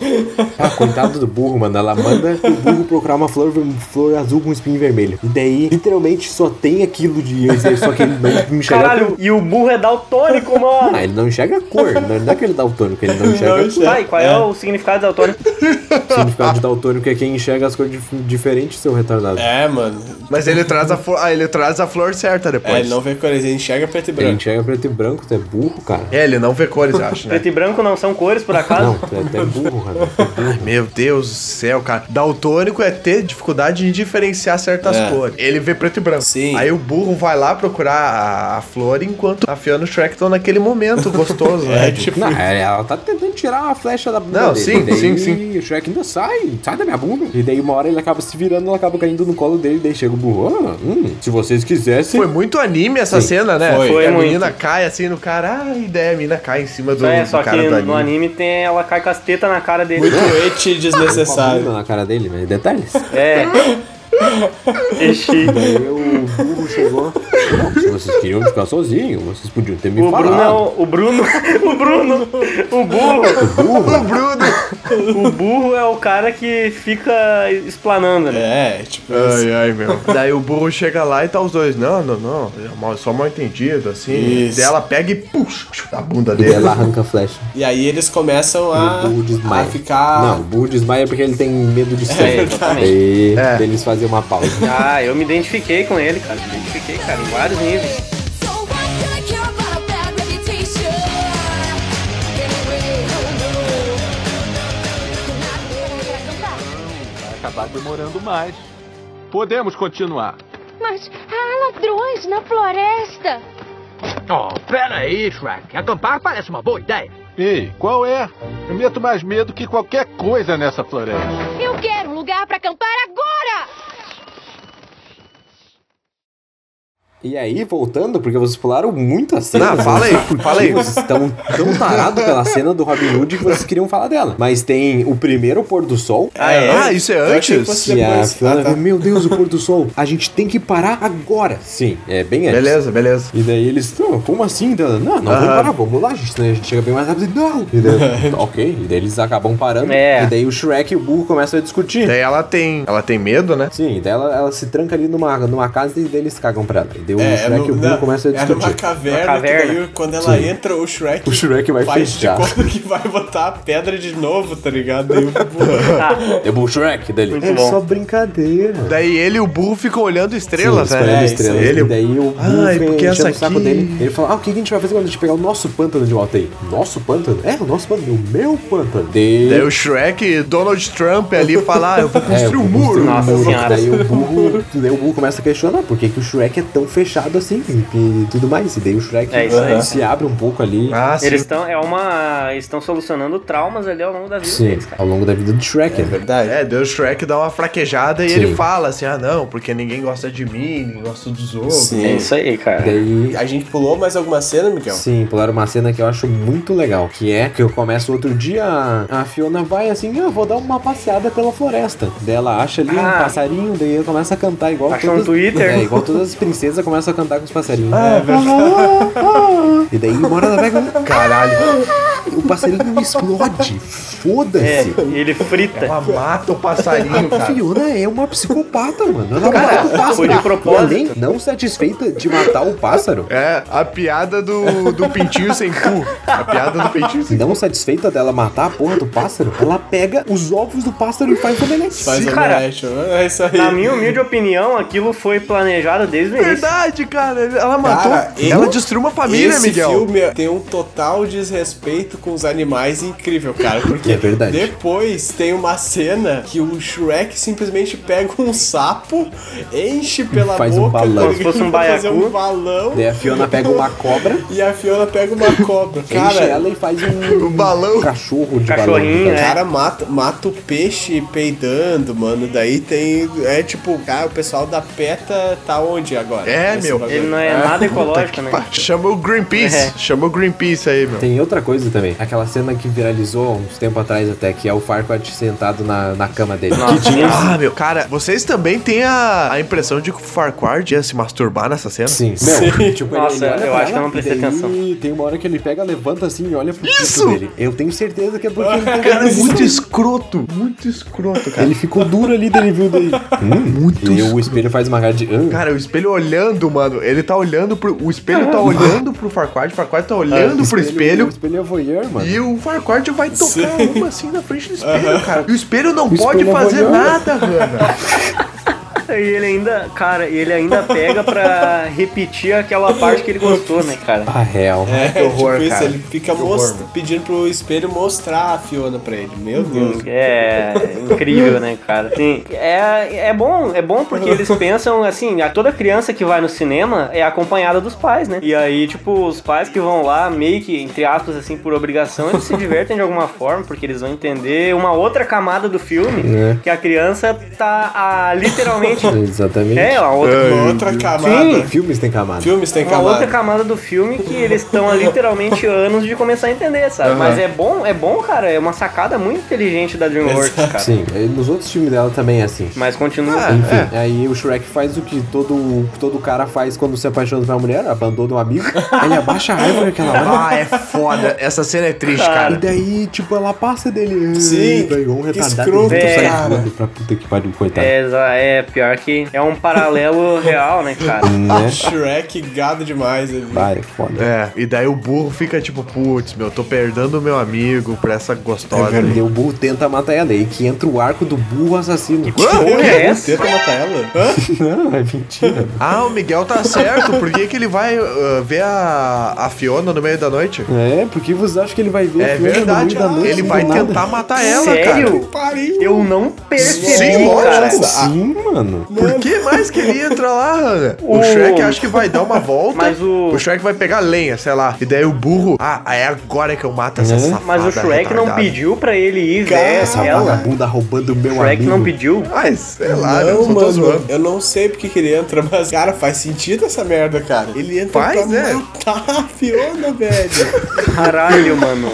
Ah, coitado do burro, mano. Ela manda o burro procurar uma flor, flor azul com espinho vermelho. E daí, literalmente, só tem aquilo de. Só que ele não enxerga. Caralho, e o burro é daltônico, mano. *laughs* Ah, ele não enxerga a cor. Não, não é que ele dá o tônico, ele não enxerga a cor. Tá, e qual é, o significado de daltônico? É. O significado de daltônico é quem enxerga as cores dif- diferentes, seu retardado. É, mano. Mas ele traz a flor, ah, ele traz a flor certa depois. É, ele não vê cores, ele enxerga preto e Ele branco. enxerga preto e branco, tu é burro, cara. É, ele não vê cores, acho, né? Preto e branco não são cores, por acaso? Não, tu é até burro, cara. Tu é burro. Meu Deus do céu, cara. Daltônico é ter dificuldade de diferenciar certas É. cores. Ele vê preto e branco. Sim. Aí o burro vai lá procurar a, a flor enquanto a Fiona e o Shrek estão naquele *laughs* momento gostoso, né? É, tipo, Não, ela tá tentando tirar a flecha da bunda Não, dele. sim, daí sim, sim. O Shrek ainda sai, sai da minha bunda. E daí uma hora ele acaba se virando, ela acaba caindo no colo dele, daí chega o burro. "Ah, hum, se vocês quisessem. Foi muito anime essa cena, né? foi. E a Foi menina cai assim no cara, ah, ideia, a menina cai em cima do, é, do É só que cara do anime. no anime tem ela cai com as tetas na cara dele. tá muito ete e com a bunda desnecessário. na cara dele, mas detalhes. *laughs* É. *laughs* Ixi. Daí o burro chegou. "Não, se vocês queriam ficar sozinhos, vocês podiam ter me O falado. Bruno é o, o Bruno. *laughs* O Bruno. O burro. *laughs* burro. O burro é o cara que fica esplanando, né? É, tipo, Ai, *laughs* ai, meu. Daí o burro chega lá e tá os dois. Não, não, não. É mal- só mal entendido, assim. Isso. Daí ela pega e puxa da bunda E dele. ela arranca a flecha. e aí eles começam O Ah, a, burro desmaia. a ficar. Não, o burro desmaia porque ele tem medo de sangue. É, exatamente. E É. eles fazem uma pausa. Ah, eu me identifiquei com ele, cara. Me identifiquei, cara, em vários níveis. So what do I care about a bad reputation? Anyway, oh no. Not really. Vai acabar demorando mais. Podemos continuar. Mas há ladrões na floresta. Oh, pera aí, Shrek. Acampar parece uma boa ideia. Ei, qual é? Eu meto mais medo que qualquer coisa nessa floresta. Eu quero um lugar pra acampar agora! E aí, voltando, porque vocês pularam muito a cena. Não, fala aí, vocês- porque fala aí. Vocês estão tão tarados pela cena do Robin Hood que vocês queriam falar dela. Mas tem o primeiro pôr do sol. Ah, isso é Eu achei que antes? fosse Que a depois. Fiona Ah, tá. vê, meu Deus, o pôr do sol. A gente tem que parar agora. Sim, é bem antes. Beleza, beleza. E daí eles, não, como assim, Dana? Não, não vamos Aham. parar, vamos lá, gente, né? A gente chega bem mais rápido. Não! E *laughs* daí, ok, e daí eles acabam parando. É. E daí o Shrek e o burro começam a discutir. Daí ela tem. Ela tem medo, né? Sim, daí ela, ela se tranca ali numa, numa casa e daí eles cagam pra ela. E daí o É, é, Shrek e no- o burro na- começam a é discutir. numa caverna, Uma caverna. que daí quando ela entra, o Shrek, O Shrek vai *laughs* faz de fechar. conta que vai botar a pedra de novo, tá ligado? Daí o burro- Deu É o Shrek dele. Muito bom. brincadeira. Daí ele e o burro ficam olhando estrelas, Sim, né? escolhendo É, isso estrelas. aí. E daí o burro Ai, fica porque enchendo essa o saco aqui- dele. Ele fala, ah, o que a gente vai fazer quando a gente pegar o nosso pântano de volta aí? Nosso pântano? É, o nosso pântano, o meu pântano. É, De... Daí o Shrek e Donald Trump ali falar, eu vou É, construir um o burro muro. construiu Nossa muro, senhora. Daí o burro, daí o burro começa a questionar por que, que o Shrek é tão fechado assim e tudo mais. E daí o Shrek É isso aí. se abre um pouco ali. Ah, sim. Eles estão é uma estão solucionando traumas ali ao longo da vida Sim, deles, cara. assim, ao longo da vida do Shrek. né? Verdade. É, daí o Shrek dá uma fraquejada e Sim. ele fala assim, ah não, porque ninguém gosta de mim, ninguém gosta dos outros. Sim. É isso aí, cara. Daí. A gente pulou mais alguma cena, é um- Miguel? Sim, pularam uma cena que eu acho muito legal, que é que eu começo outro dia, a Fiona vai assim, ah, vou dar uma passeada pela floresta. Daí ela acha ali um Ah. passarinho, daí ela começa a cantar igual Achou no Twitter. É, igual todas as princesas começam a cantar com os passarinhos. Ah, é verdade. *laughs* E daí uma hora ela pega um Caralho, o passarinho explode. É, Foda-se. e ele frita. ela mata o passarinho, A cara. Fiona é uma psicopata, mano. Ela mata o pássaro. foi de propósito. E além, não satisfeita de matar o pássaro. É, a piada do, do pintinho sem cu. A piada do pintinho sem cu. Não satisfeita dela matar a porra do pássaro, ela pega os ovos do pássaro e faz omelete. Faz cara. omelete, é isso aí. Na minha humilde opinião, aquilo foi planejado desde o início. verdade, cara. Ela matou. Cara, eu- ela destruiu uma família, Esse Miguel. filme tem um total desrespeito com os animais incrível, cara. Porque É verdade. depois tem uma cena que o Shrek simplesmente pega um sapo, enche pela Faz um boca, balão. Né? tá Como se fosse um ligado? Pra fazer baiacu. um balão. Daí a Fiona pega uma cobra, E a Fiona pega uma cobra. enche Cara, ela e faz um, *laughs* Um balão. cachorro de Cachorrinho, balão. o né? cara mata, mata o peixe peidando, mano. Daí tem. É tipo, cara, o pessoal da PETA tá onde agora? É, meu. bagulho. Ele não é *laughs* nada ecológico, né? Chama o Greenpeace. É. Chama o Greenpeace aí, meu. Tem outra coisa também, aquela cena que viralizou há uns tempo atrás até, que é o Farquaad sentado na, na cama dele. Ah, meu, cara, vocês também têm a, a impressão de que o Farquhar ia se masturbar nessa cena? Sim, meu, tipo, Nossa, ele olha eu pra acho que eu não e prestei daí atenção. Tem uma hora que ele pega, levanta assim e olha pro Isso! Isso! dele. Eu tenho certeza que é porque ele tá Cara, muito escroto. Muito escroto, cara. Ele ficou duro ali, daí ele viu daí. Hum, Muito E o espelho faz uma cara de. hum. Cara, o espelho olhando, mano. Ele tá olhando pro. O espelho tá olhando pro Farquaad, o Farquaad tá olhando pro O espelho. espelho é voyeur, mano. E o Farquaad vai tocar uma assim na frente do espelho, cara. E o espelho não O pode espelho é fazer voyeur. nada, Hannah. E ele ainda, cara, e ele ainda pega pra repetir aquela parte que ele gostou, né, cara? Ah, real. É, Que horror, tipo isso, cara. ele fica Que horror, most- mano. pedindo pro espelho mostrar a Fiona pra ele. Meu Deus. É incrível, né, cara? Sim. É, é bom, é bom porque eles pensam assim, a toda criança que vai no cinema é acompanhada dos pais, né? E aí, tipo, os pais que vão lá, meio que, entre aspas, assim, por obrigação, eles se divertem de alguma forma, porque eles vão entender uma outra camada do filme, É. que a criança tá ah, literalmente. Exatamente. É, uma outra. Uma outra camada. Sim. Filmes têm camada. Filmes tem Uma outra camada. camada do filme que eles estão há literalmente anos de começar a entender, sabe? Mas é bom, é bom, cara. É uma sacada muito inteligente da DreamWorks, cara. Sim, e nos outros filmes dela também é assim. Mas continua. Enfim, aí o Shrek faz o que todo, todo cara faz quando se apaixona por uma mulher, abandona um amigo, ele abaixa a árvore que ela vai. Ah, é foda. Essa cena é triste, E cara. daí, tipo, ela passa dele. Sim, pegou um que retardado. escroto, então sai cara. voando pra puta que pariu, coitado. É, exa- é, pior que é um paralelo real, né, cara? Né? *laughs* Shrek gado demais ali. Vai, é foda. É, e daí o burro fica tipo, putz, meu, tô perdendo o meu amigo pra essa gostosa. E aí. o burro tenta matar ela, aí que entra o arco do burro assassino. Porra, é essa? Tenta matar ela? Hã? *laughs* Não, é mentira. Ah, o Miguel tá certo. Por que, que ele vai ah, ver a, a Fiona no meio da noite? É, porque vocês acham que ele vai ver É a Fiona no verdade, meio da noite, ele do vai nada? tentar matar Ah, é ela, cara. Sério? Pariu. Eu não percebi, Sim, cara. lógico. Sim, assim, mano. Por que mais que ele entra lá, Hannah? O O- Shrek acho que vai dar uma volta. Mas o- Shrek vai pegar lenha, sei lá. E daí o burro. Ah, é agora que eu mato essa Uhum." safada. tá Mas o Shrek não retardada." pediu pra ele ir Cara, ver Essa ela. vagabunda roubando o meu O Shrek amigo. não pediu. Ai, sei lá, eu não, só tô mano, zoando. eu não sei porque que ele entra, mas, cara, faz sentido essa merda, cara. Ele entra Faz, pra é. matar a Fiona, velho. Caralho, mano.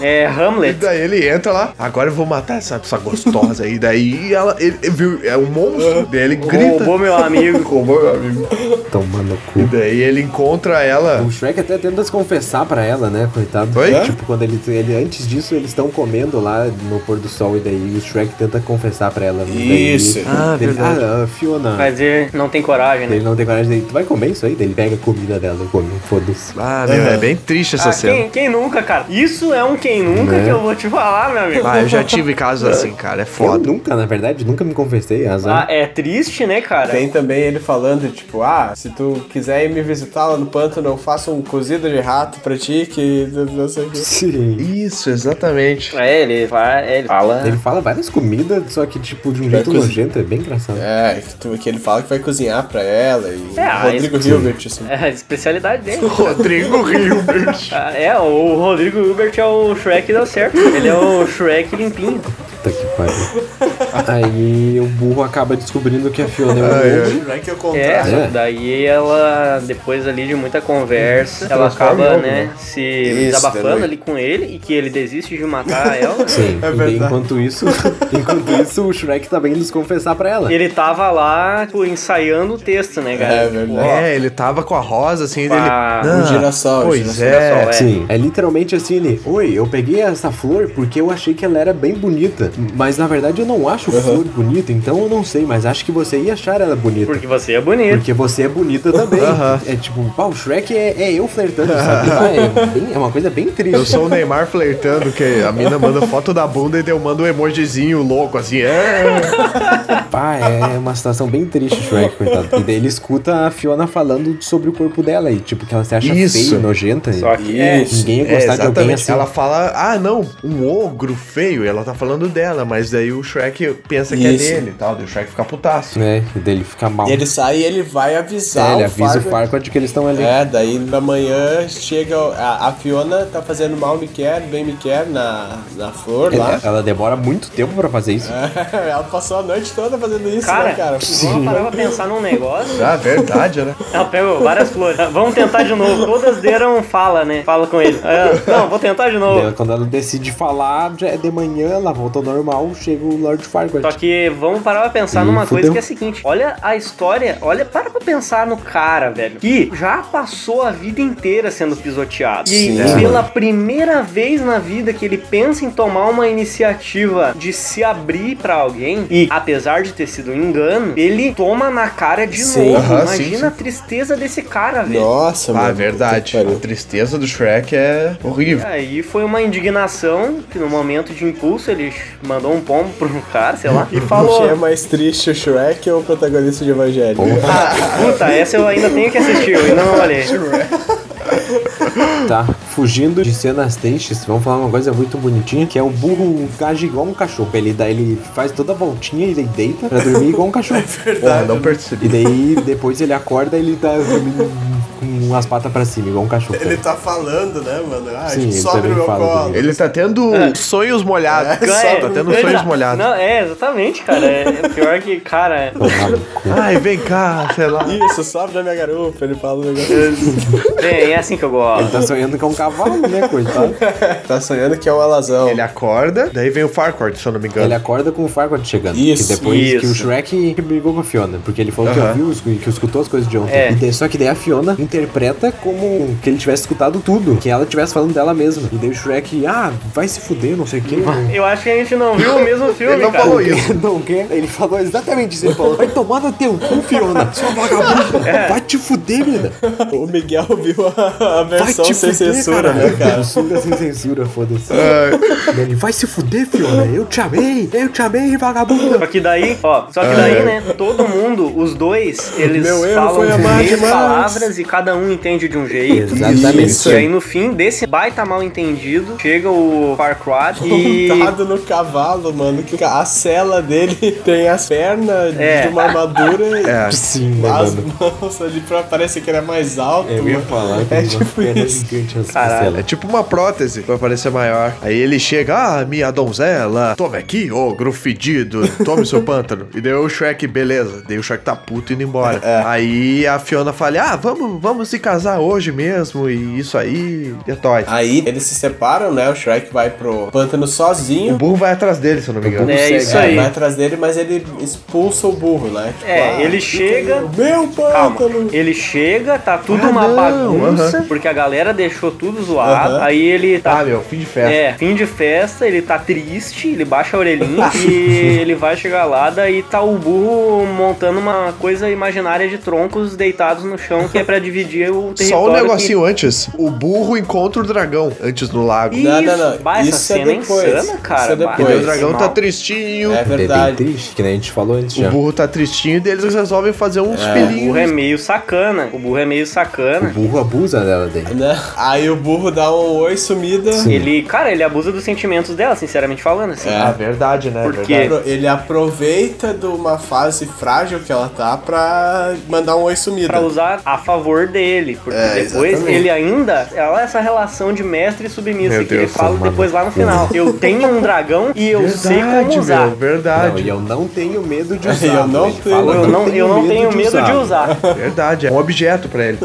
É E Hamlet. daí ele entra lá, agora eu vou matar essa, essa gostosa aí. Daí ela, ele, ele viu, é um monstro, Uhum. daí ele grita. Roubou meu amigo. Roubou, meu amigo. Tomando E cu. daí ele encontra ela. O Shrek até tenta se confessar pra ela, né, coitado. Oi? Tipo, quando ele, ele antes disso, eles estão comendo lá no pôr do sol e daí o Shrek tenta confessar pra ela. né? Daí- Isso. Ah, Ele, verdade. ah, Fiona. Mas ele não tem coragem, né? Ele não tem coragem dele. Tu vai comer isso aí? Daí ele pega a comida dela e come. Foda-se. Ah, meu, é bem triste essa Ah, cena. quem, quem nunca, cara? Isso é um quem nunca Né? que eu vou te falar, meu amigo. Ah, eu já tive casos assim, cara. É Eu foda. nunca, na verdade, nunca me confessei, Ah, azar. é triste, né, cara? Tem também ele falando, tipo, ah, se tu quiser ir me visitar lá no pântano, eu faço um cozido de rato pra ti, que não sei o que. Sim. Isso, exatamente. É, ele, vai, é, ele fala. Ele fala várias comidas, só que, tipo, de um jeito coisa- nojento. É bem engraçado. É, que, tu- que ele fala que vai cozinhar pra ela e É, ah, Rodrigo esse- Hilbert, assim. É a especialidade dele. Rodrigo *laughs* Hilbert. Ah, É, o Rodrigo Hilbert é o Shrek deu certo. Ele é o Shrek limpinho. Puta que pariu. Aí o burro acaba descobrindo que a Fiona é um ogro. Não é que eu É, contrário. só que daí ela, depois ali de muita conversa, ela acaba, né, se desabafando também. ali com ele e que ele desiste de matar ela. Sim, É e daí, verdade. enquanto isso, *laughs* enquanto isso, o Shrek também nos confessar pra ela. Ele tava lá, tipo, ensaiando o texto, né, cara? É Tipo, verdade. É, ele tava com a rosa assim, ele. Ah, Não, um girassol, Pois um girassol. é. é. Sim, é literalmente assim, ele, oi, eu peguei essa flor porque eu achei que ela era bem bonita, mas na verdade eu não não acho flor bonita, então eu não sei, mas acho que você ia achar ela bonita. Porque você é bonito. Porque você é bonita também. É tipo, pá, o Shrek é, é eu flertando, sabe? Ah, é, bem- é uma coisa bem triste. Eu *laughs* sou o Neymar flertando, que a mina manda foto da bunda e eu mando um emojizinho louco, assim. É. Pá, é uma situação bem triste, Shrek, coitado. E daí ele escuta a Fiona falando sobre o corpo dela e, tipo, que ela se acha Isso. feia, e nojenta. e Só que é, Ninguém ia É, gostar de alguém exatamente. assim. Ela fala, ah, não, um ogro feio. Ela tá falando dela, mas daí o Shrek pensa que Isso. é dele e tal. Daí o Shrek fica putaço. Né? E daí ele fica mal. E ele sai e ele vai avisar É, ele o avisa o Fargo. Farquaad que eles estão ali. É, daí na manhã chega a, a Fiona tá fazendo mal me quer, bem me quer na, na flor *laughs* Ele- é, lá. ela demora muito tempo pra fazer isso. Ela passou a noite toda fazendo isso, Cara, né, cara? vamos parar pra pensar num negócio. Ah, *laughs* verdade, né? Ela pegou várias flores. Vamos tentar de novo. Todas deram fala, né? Fala com ele. Ah, não, vou tentar de Daí, novo. quando ela decide falar, já é de manhã, ela volta ao normal, chega o Lord Farquaad. Só que vamos parar pra pensar Ih, numa coisa fudeu. que é a seguinte: olha a história, olha, para pra pensar no cara, velho, que já passou a vida inteira sendo pisoteado. E Sim. pela primeira vez na vida que ele pensa em tomar uma iniciativa de se abrir pra alguém, e apesar de ter sido um engano, ele toma na cara de Sim. novo. Aham, sim, Imagina a tristeza desse cara, velho. Nossa, mano. Ah, puta que verdade. pariu. A tristeza do Shrek é horrível. Aí foi uma indignação que no momento de impulso ele mandou um pombo pro cara, sei lá, e falou: Quem é mais triste, o Shrek ou o protagonista de Evangelho? "Ah, Puta, essa eu ainda tenho que assistir, eu ainda não olhei. Tá, fugindo de cenas tristes, vamos falar uma coisa muito bonitinha, que é o burro age igual um cachorro. Ele, dá, ele faz toda a voltinha e ele deita pra dormir igual um cachorro. Porra, não E percebi. daí, depois ele acorda e ele tá dormindo com as patas pra cima, igual um cachorro. Ele tá falando, né, mano? Ah, Sim, ele também fala dele. Ele tá tendo sonhos molhados. É, tá tendo exa- sonhos molhados. Não, é, exatamente, cara. É, é pior que, cara. Tomar no cu. Ai, vem cá, sei lá. Isso, sobe na minha garupa, ele fala um negócio. É, é assim que eu Ele gosto. tá sonhando que é um cavalo, né, coitado? tá sonhando que é um alazão. Ele acorda, daí vem o Farquaad, se eu não me engano. Ele acorda com o Farquaad chegando. Isso, e depois que isso. o Shrek brigou com a Fiona, porque ele falou Aham. que ouviu, os- que escutou as coisas de ontem. É. E daí- só que daí a Fiona interpreta como que ele tivesse escutado tudo, que ela tivesse falando dela mesma. E daí o Shrek, ah, vai se fuder, não sei o quê. *laughs* não- Eu acho que a gente não viu o mesmo filme, Ele não cara. falou isso. Não quer. Ele falou exatamente isso. Ele falou: vai tomar no teu cu, Fiona. *laughs* Sua vagabunda. Vai te fuder, menina. É. O Miguel viu a, a Vai versão te sem fuder, censura, cara. né, cara? É. Censura sem censura, foda-se. Ah, Ele vai se fuder, Fiona. Eu te amei. Eu te amei, vagabunda. Só que daí, ó, só que daí, né, todo mundo, os dois, eles Meu erro falam foi amar três demais. palavras e cada um entende de um jeito. Exatamente. Isso. E aí no fim desse baita mal entendido, chega o Farquaad e... Montado no cavalo, mano, que a cela dele *laughs* tem as pernas É. de uma armadura e É. Sim, né, as mano? mãos ali pra parecer que ele é mais alto. Eu ia mano. falar que É é tipo tipo perna isso. gigante as Caralho. costelas. É tipo uma prótese pra parecer maior. Aí ele chega, ah, minha donzela, tome aqui, ogro fedido, tome seu pântano. E daí o Shrek, beleza. Daí o Shrek tá puto indo embora. É, Aí a Fiona fala, ah, vamos, vamos se casar hoje mesmo e isso aí, é detói. Aí eles se separam, né? O Shrek vai pro pântano O sozinho. burro vai atrás dele, se eu não me engano. É, Segue, isso aí. Vai atrás dele, mas ele expulsa o burro, né? Tipo, É, ah, ele chega... Meu Calma, pântano! ele chega, tá tudo Ah, uma não, bagunça, porque a galera deixou tudo zoado, Aham. aí ele tá Ah, meu, fim de festa. É, fim de festa, ele tá triste, ele baixa a Ah. orelhinha e ele vai chegar lá, daí tá o burro montando uma coisa imaginária de troncos deitados no chão que é pra dividir o território. Só um que- negocinho antes. O burro encontra o dragão antes no lago. Ih, E Não, não, não. Bah, essa Isso é cena é depois. insana, cara. Isso é Bah, depois. daí esse o dragão mal. tá tristinho. É É bem verdade. triste, que nem a gente falou antes O já. burro tá tristinho e eles resolvem fazer uns O burro filhinhos. é meio sacana. O burro é meio O sacana. burro abusa dela daí. Né? Aí o burro dá um oi sumida. Sim. Ele, cara, ele abusa dos sentimentos dela, sinceramente falando, assim. É. Ah, verdade, né? Por Verdade. quê? Apro- Ele aproveita de uma fase frágil que ela tá pra mandar um oi sumido. Pra usar a favor dele, porque É, depois exatamente. ele ainda. Ela é essa relação de mestre e submissa Meu que ele Deus, fala mano. depois lá no final. Eu tenho um dragão e eu sei como usar. meu, Não, verdade. e eu não tenho medo *laughs* de Eu usar. não Ele tenho- fala, Eu não, eu não tenho medo de usar. usar. Verdade, é um objeto pra ele.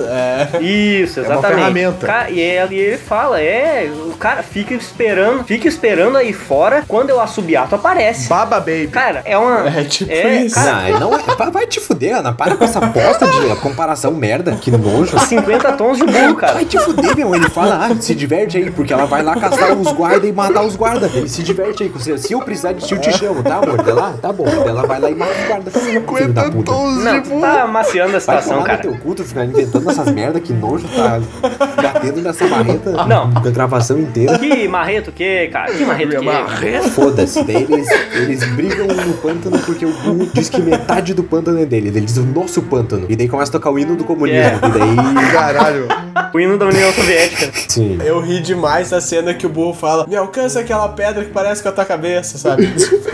Isso, uma exatamente. ferramenta. Ca- e ele, e ele fala, é, o cara fica esperando, fica esperando aí fora, quando eu assobiar, tu aparece. Baba Baby. Cara, é uma... É tipo é, isso. cara, Não, ele não é. Vai- Vai te fuder, Ana. Para com essa bosta de *laughs* comparação merda. Que nojo. 50 tons de burro, Assim cara. Vai te fuder, meu. Ele fala, ah, se diverte aí, porque ela vai lá caçar os guarda e matar os guarda. Ele se diverte aí. com você. Se eu precisar de tio, te chamo, tá, amor? Dela, tá bom. Ela vai lá e mata os guarda. Filho da 50 puta. tons Não, de tu burro. tá amaciando a Vai situação, tomar no cara. teu cu, tu ficar inventando essas merda, que nojo, tá batendo nessa marreta *laughs* Não. da gravação inteira. Que marreto que, cara? Que é. marreto que? Foda-se, daí eles, eles brigam no pântano porque o Gu diz que metade do pântano é dele. Daí Ele diz o nosso pântano. E daí começa a tocar o hino do É. comunismo. E *laughs* daí. Caralho. O hino da União Soviética. Sim. Eu ri demais da cena que o burro fala: Me alcança aquela pedra que parece com a tua cabeça, sabe?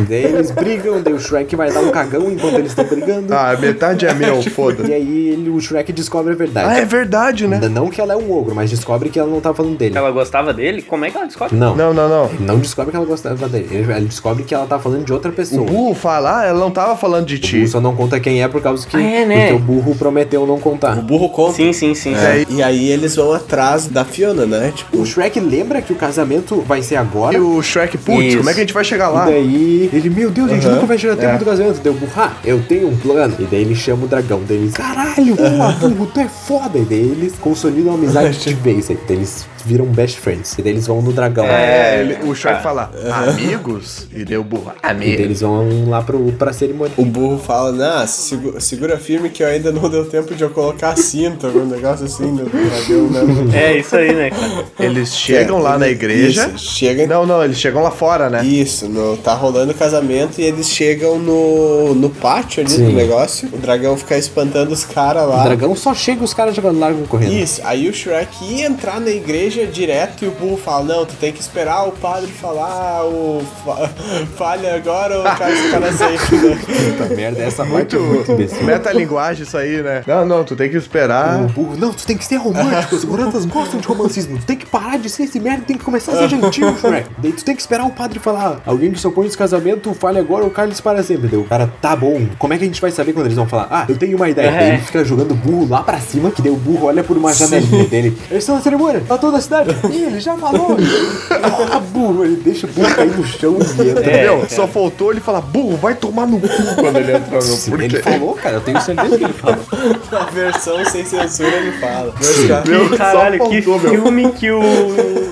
Daí eles brigam, daí o Shrek vai dar um cagão enquanto eles estão brigando. Ah, metade *laughs* é meu, foda-se. E aí ele, o Shrek descobre a Ah, verdade. é verdade, né? Ainda Não que ela é um ogro, mas descobre que ela não tá falando dele. Ela gostava dele? Como é que ela descobre? Não. Não, não, não. Não descobre que ela gostava dele. Ele, ele descobre que ela tá falando de outra O pessoa. burro fala, ah, ela não tava falando de O burro ti. só não conta quem é por causa que Ah, é, né? porque o burro prometeu não O contar. burro conta. Sim, sim, sim. sim. É, E aí eles vão atrás da Fiona, né? Tipo, O Shrek lembra que o casamento vai ser E agora. o Shrek, putz, Isso. como é que a gente vai chegar lá? E daí ele, meu Deus, a gente Uhum. nunca vai chegar a tempo do casamento. Deu burro, ah, eu tenho um plano. E daí ele chama o dragão. Daí eles, caralho, boa, burro, tu é foda. E daí eles consolidam a *laughs* amizade de vez. Aí daí eles viram best friends. E daí eles vão no dragão. É, ele- o Shrek fala, amigos? E deu burro. Ah, E daí eles vão lá pro, pra cerimônia. o burro fala: Nah, segu- segura firme que eu ainda não deu tempo de eu colocar a cinta, algum negócio assim. Né? Pra ver o *laughs* nome. É isso aí, né, cara? Eles chegam lá na igreja. É, Isso, chega Não, não, eles chegam lá fora, né? Isso, no, tá rolando o casamento e eles chegam no, no pátio ali do Sim. negócio. O dragão fica espantando os caras O lá. dragão só chega os caras jogando largo correndo. Isso, aí o Shrek ia entrar na igreja direto e o burro fala: Não, tu tem que esperar o padre falar, o fa- *laughs* falha agora ou o cara, o *laughs* cara sente, né? Puta merda, essa parte Muito é muito imbecil. metalinguagem isso aí, né? Não, não, tu tem que esperar. O burro, não, tu tem que ser romântico, os seguranças gostam de romancismo, tu tem que parar de ser esse merda, tem que começar a ser *laughs* gentil, Shrek. Daí tu tem que esperar o padre falar, alguém que se opõe a esse casamento, fale agora ou Carlos para sempre, deu. O cara, tá bom, como é que a gente vai saber quando eles vão falar? Ah, eu tenho uma ideia. É. Daí ele fica jogando o burro lá pra cima, que deu o burro, olha por uma janelinha dele. Eles estão na cerimônia, tá toda a *laughs* cidade. Ih, ele já falou. ah, burro, ele deixa o burro cair no chão e entra. É, Meu, cara. só faltou ele falar, burro, vai tomar no cu quando ele entrou no Sim, Ele falou, cara, eu tenho certeza que ele *laughs* falou. A versão sem censura ele fala. Meu Shrek- Meu, Que caralho, só que faltou, meu. filme que o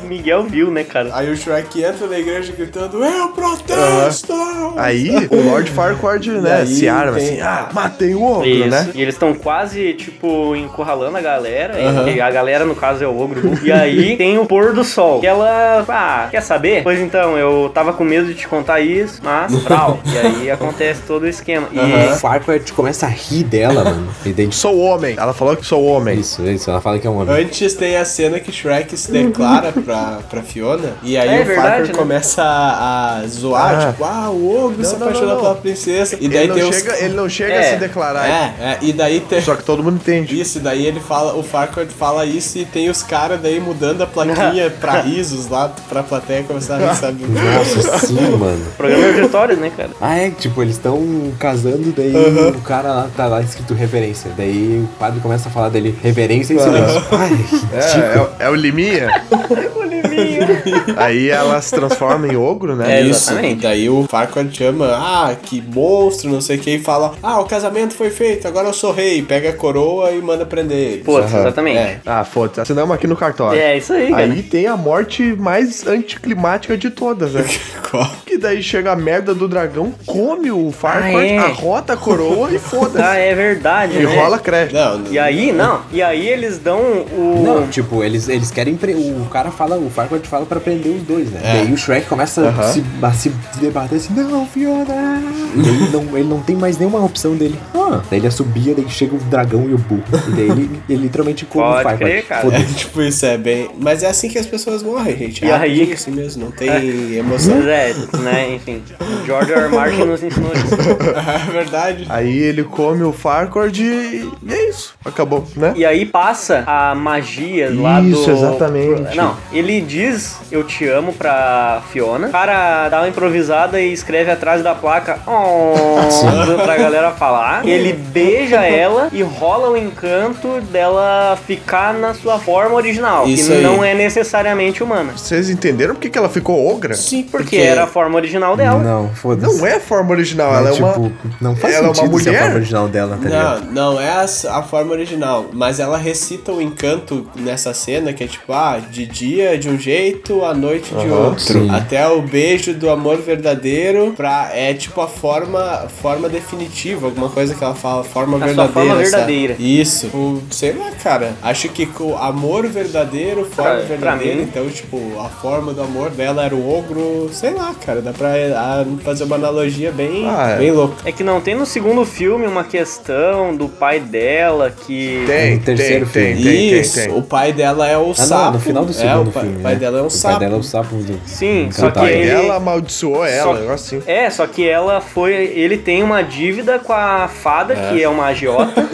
Miguel viu, né, cara? Aí o Shrek entra na igreja gritando: Eu protesto! Aí o Lord Farquaad, né, Daí se arma tem- assim, ah, matei o ogro, Isso. né? E eles estão quase, tipo, encurralando a galera. e- E a galera, no caso, é o ogro. E aí *laughs* tem o pôr do sol. E ela, ah, quer saber? Pois então, eu tava com medo de te contar isso, mas tal. E aí acontece todo o esquema. E O Farquaad começa a rir dela, mano. E daí, Sou homem. Ela falou que sou homem. isso, isso, ela fala que é um homem. Antes tem a cena que Shrek se *laughs* declara pra, pra Fiona. E aí É o verdade, Farquaad né? começa a, a zoar, Ah. tipo, ah, o ogro se não, apaixonou não, não. pela princesa. E daí Ele tem não, os- chega, ele não chega É, a se declarar. É, é, e daí tem. Só que todo mundo entende. Isso, daí ele fala, o Farquaad fala isso e tem os caras daí mudando a *laughs* plaquinha pra risos lá, pra plateia começar a rir, sabe? Nossa, *laughs* sim, mano. programa auditório, né, cara? Ah, é, tipo, eles estão casando, daí o cara lá tá lá escrito reverência. Daí o padre começa a falar dele, reverência em silêncio. né? Ai, Tipo. ridículo. É, é, é o Liminha. Aí ela se transforma em ogro, né? É, Isso, e exatamente. daí o Farquaad chama, ah, que monstro, não sei o que, e fala, ah, o casamento foi feito, agora eu sou rei, pega a coroa e manda prender ele. *laughs* Putz, Aham. exatamente. Ah, foda-se. Assinamos aqui no cartório. É, isso aí, cara. Aí tem a morte mais anticlimática de todas, né? Qual? Que daí chega a merda do dragão, come o Farquaad, Ah, é. arrota a coroa *laughs* e Ah, foda-se. é verdade, E né? rola crédito. Não, E aí, não. E aí eles dão o... Não, tipo, eles, eles querem. pre- O cara fala, o Farquaad fala pra prender os dois, né? Daí o Shrek começa a, É. Aham. se, a se debater assim: Não, Fiona! ele, não, ele não tem mais nenhuma opção dele. Ah. Daí ele assobia, daí chega o dragão e o burro. E daí ele, ele literalmente come o Pode Farquaad. crer, cara. Foda-se. É, tipo, isso é bem. Mas é assim que as pessoas morrem, gente. E É aí? rapidinho assim mesmo, não tem emoção. *laughs* Mas é, né, enfim. George R. R. Martin nos ensinou isso. é verdade. Aí ele come o Farquaad e... e é isso. Acabou, né? E aí passa a magia lá do... Isso, exatamente. Não, ele diz eu te amo pra Fiona. O cara dá uma improvisada e escreve atrás da placa oh, pra galera falar. Ele beija ela e rola o encanto dela ficar na sua forma original, Isso que aí. não é necessariamente humana. Vocês entenderam por que que ela ficou ogra? Sim, Porque era a forma original dela. Não, foda-se. Não é a forma original, ela é, uma. tipo, Não faz ela é uma sentido ser a mulher? forma original dela, tá ligado? Não, não é a, a forma original, mas ela recita o encanto nessa cena que é tipo, ah, de dia de um jeito, à noite de Aham, outro, sim. até o beijo do amor verdadeiro, pra, é tipo a forma, forma definitiva, alguma coisa que ela fala, forma A sua verdadeira. forma sabe? Tá verdadeira. Isso. O, sei lá, cara. Acho que com amor verdadeiro, forma Pra- pra verdadeira, mim- então tipo, a forma do amor dela era o ogro, sei lá, cara, dá pra ah, fazer uma analogia bem, Ah, é. bem louca. É que não tem no segundo filme uma questão do pai dela que. Tem, No terceiro tem, tem, filme. tem, tem, Isso, tem. o pai dela é o Ah, sapo. não, no final do é, segundo o pai, filme. pai né? dela é um o sapo. pai dela é o sapo do. Sim, do só que Cantar. ele- Ela amaldiçoou ela, Só- eu assim. É, só que ela foi. Ele tem uma dívida com a fada, que é uma agiota.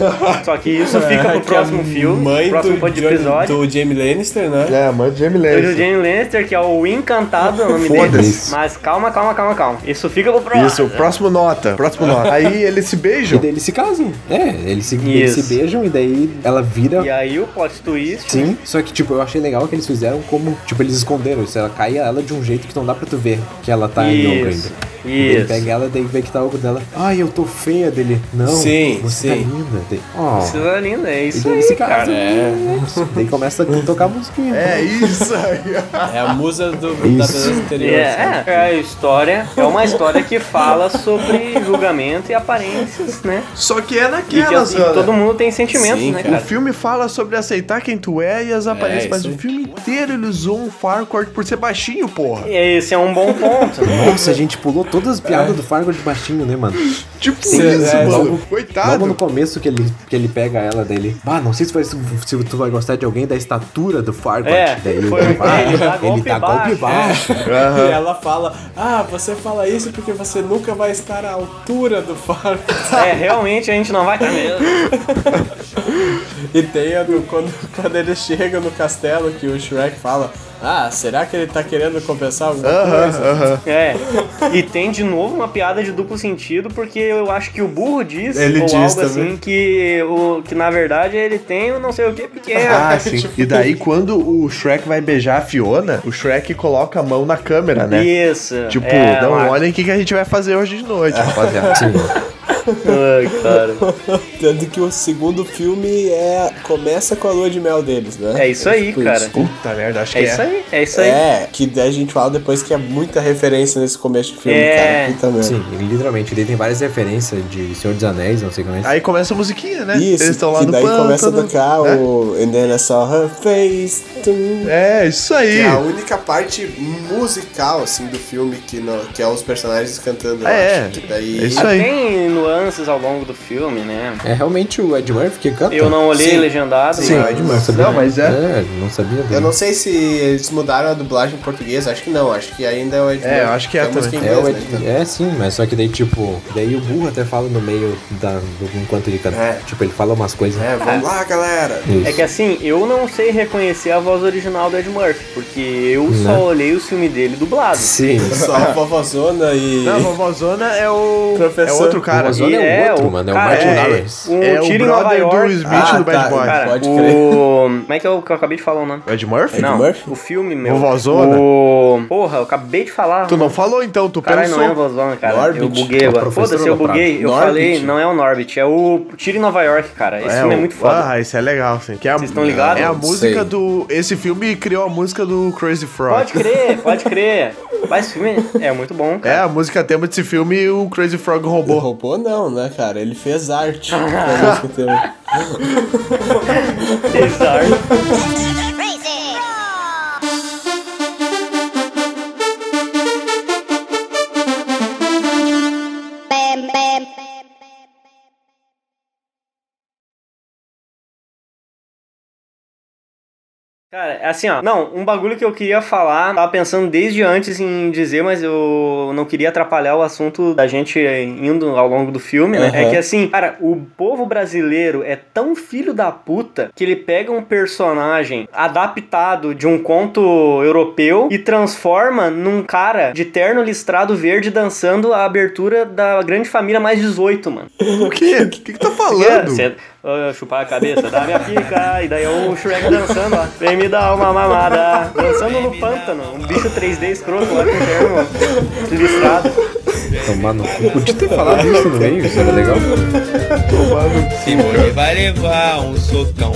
só que isso fica pro Que próximo a filme, mãe próximo do, pod- episódio. do Jamie Lannister, *laughs* né? É, mãe de Jamie Do Lannister. Jane Lannister, que é o encantado, é o nome dele. Foda-se. Mas calma, calma, calma, calma. Isso fica pro próximo. Isso, próximo nota. Próximo nota. Aí eles se E *laughs* beijam. daí eles se casam. É, eles se, eles Isso. se beijam e daí ela vira E aí o plot twist. Sim, só que, tipo, eu achei legal que eles fizeram como, tipo, eles esconderam. Isso, ela cai ela de um jeito que não dá pra tu ver que ela tá em ogro Isso. ainda. Ele Isso. pega ela, daí vê que tá ogro dela. Ai, eu tô feia dele. Não, Sim, sim. você tá linda. Daí, ó. Precisa linda, é E isso daí aí, se cara. é. casa. Nossa, Daí começa a tocar a musiquinha. É isso aí. É a musa do, da Isso. beleza interior. É, né? é, é a história, é uma história que *laughs* fala sobre julgamento e aparências, né? Só que é E, que, naquelas, e Ana. todo mundo tem sentimentos, Sim, né, cara. cara? O filme fala sobre aceitar quem tu é e as aparências, isso mas aí. o filme inteiro ele usou um Farquaad por ser baixinho, porra. Esse é um bom *laughs* ponto. Nossa, a gente pulou todas as piadas É. do Fargo de baixinho, né, mano? Tipo Sim, isso, é, mano. logo- Coitado. Logo no começo que ele, que ele pega ela dele. Ah, não sei se, vai, se tu vai gostar de alguém da estatura do Fargo. É, daí foi- ele, fala, ele tá golpe baixo." baixo. E ela fala: Ah, você fala isso porque você nunca vai estar à altura do faro. É, realmente a gente não É vai mesmo. e tem a do, quando, *laughs* quando ele chega no castelo que o Shrek fala: Ah, será que ele tá querendo compensar alguma Ah. coisa? É. E tem de novo uma piada de duplo sentido, porque eu acho que o burro diz, Ele ou diz algo também. assim, que, o, que na verdade ele tem o não sei o que pequeno. Ah, sim. E daí, quando o Shrek vai beijar a Fiona, o Shrek coloca a mão na câmera, né? Isso. Tipo, é, um não uma- olhem o que, que a gente vai fazer hoje de noite, *laughs* rapaziada. Ai, cara. *laughs* Tanto que o segundo filme é começa com a lua de mel deles, né? É isso aí, Tipo cara. Puta merda, acho É que isso é. aí, é isso aí. É, que daí a gente fala depois que é muita referência nesse começo de filme, É. cara. Puta merda. Sim, ele literalmente. Ele tem várias referências de Senhor dos Anéis, não sei como é. Aí começa a musiquinha, né? Isso, Eles estão lá que no daí pântano. começa a tocar né? o And Then I Saw Her Face too. É, isso aí. Que é a única parte musical, assim, do filme que, não, que é os personagens cantando, eu É, acho. Que daí... é isso aí. Tem nuances ao longo do filme, né? É realmente o Ed Murphy que canta? Eu não olhei Sim. legendado, Sim. mas- Ed Murphy. Não, mas é. É, não sabia. Eu não sei se eles mudaram a dublagem em português, acho que não, acho que ainda é o Ed É, eu acho que é a música em também. É, o inglês, Ed, né? então. é, sim, mas só que daí, tipo, daí o burro até fala no meio da, do, enquanto ele canta. É. Tipo, ele fala umas coisas. É, vamos lá, galera! Isso. É que assim, eu não sei reconhecer a voz original do Ed Murphy, porque eu Né? só olhei o filme dele dublado. Sim. Só *laughs* a vovozona e... Não, a vovozona é o. Professor. É outro cara. Vovozona E é é o outro, o- mano. É o cara, Martin é- Lawrence. Um é o tiro em Nova brother do York. Smith Ah, no Bad tá, Boy. Cara, Pode o... Como é que eu, que eu acabei de falar o nome? Ed Murphy? não, Murphy? o filme, meu. Vovozona? O... Porra, eu acabei de falar. Tu não falou então, tu Caralho, pensou. não é o Vozona, cara. Norbit. Eu buguei agora. professora Foda-se, eu Loprado. buguei. Eu Norbit? falei, não é o Norbit, é o Tiro em Nova York, cara. Esse filme é o- muito foda. Ah, isso é legal, sim. Que é a- Vocês estão ligados? É a Não música sei. do. Esse filme criou a música do Crazy Frog. Pode crer, pode crer. Mas esse filme é muito bom, É, cara. a música tema desse filme o Crazy Frog roubou. Roubou não, né, cara? Ele fez arte. pra música também. Bizarro. Bam, bam, bam. Cara, assim, ó. Não, um bagulho que eu queria falar, tava pensando desde antes em dizer, mas eu não queria atrapalhar o assunto da gente indo ao longo do filme, né? Aham. É que assim, cara, o povo brasileiro é tão filho da puta que ele pega um personagem adaptado de um conto europeu e transforma num cara de terno listrado verde dançando a abertura da Grande Família mais 18, mano. O quê? O que, que tá É, falando? cê- Ah, chupar a cabeça, dá minha pica, e daí é o Shrek dançando, ó. Vem me dar uma mamada. Dançando no pântano, um bicho 3D escroto né? lá com o termo listrado. Tomar no cu. Podia ter falado isso no meio, isso era legal. Simone vai levar um socão.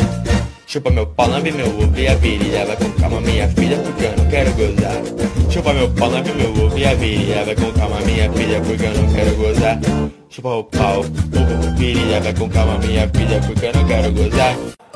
Chupa meu pau, lambe meu ovo e a virilha Vai com calma, minha filha, porque eu não quero gozar Chupa meu pau, lambe meu ovo e a virilha Vai com calma, minha filha, porque eu não quero gozar Chupa o pau, o ovo, virilha Vai com calma, minha filha, porque eu não quero gozar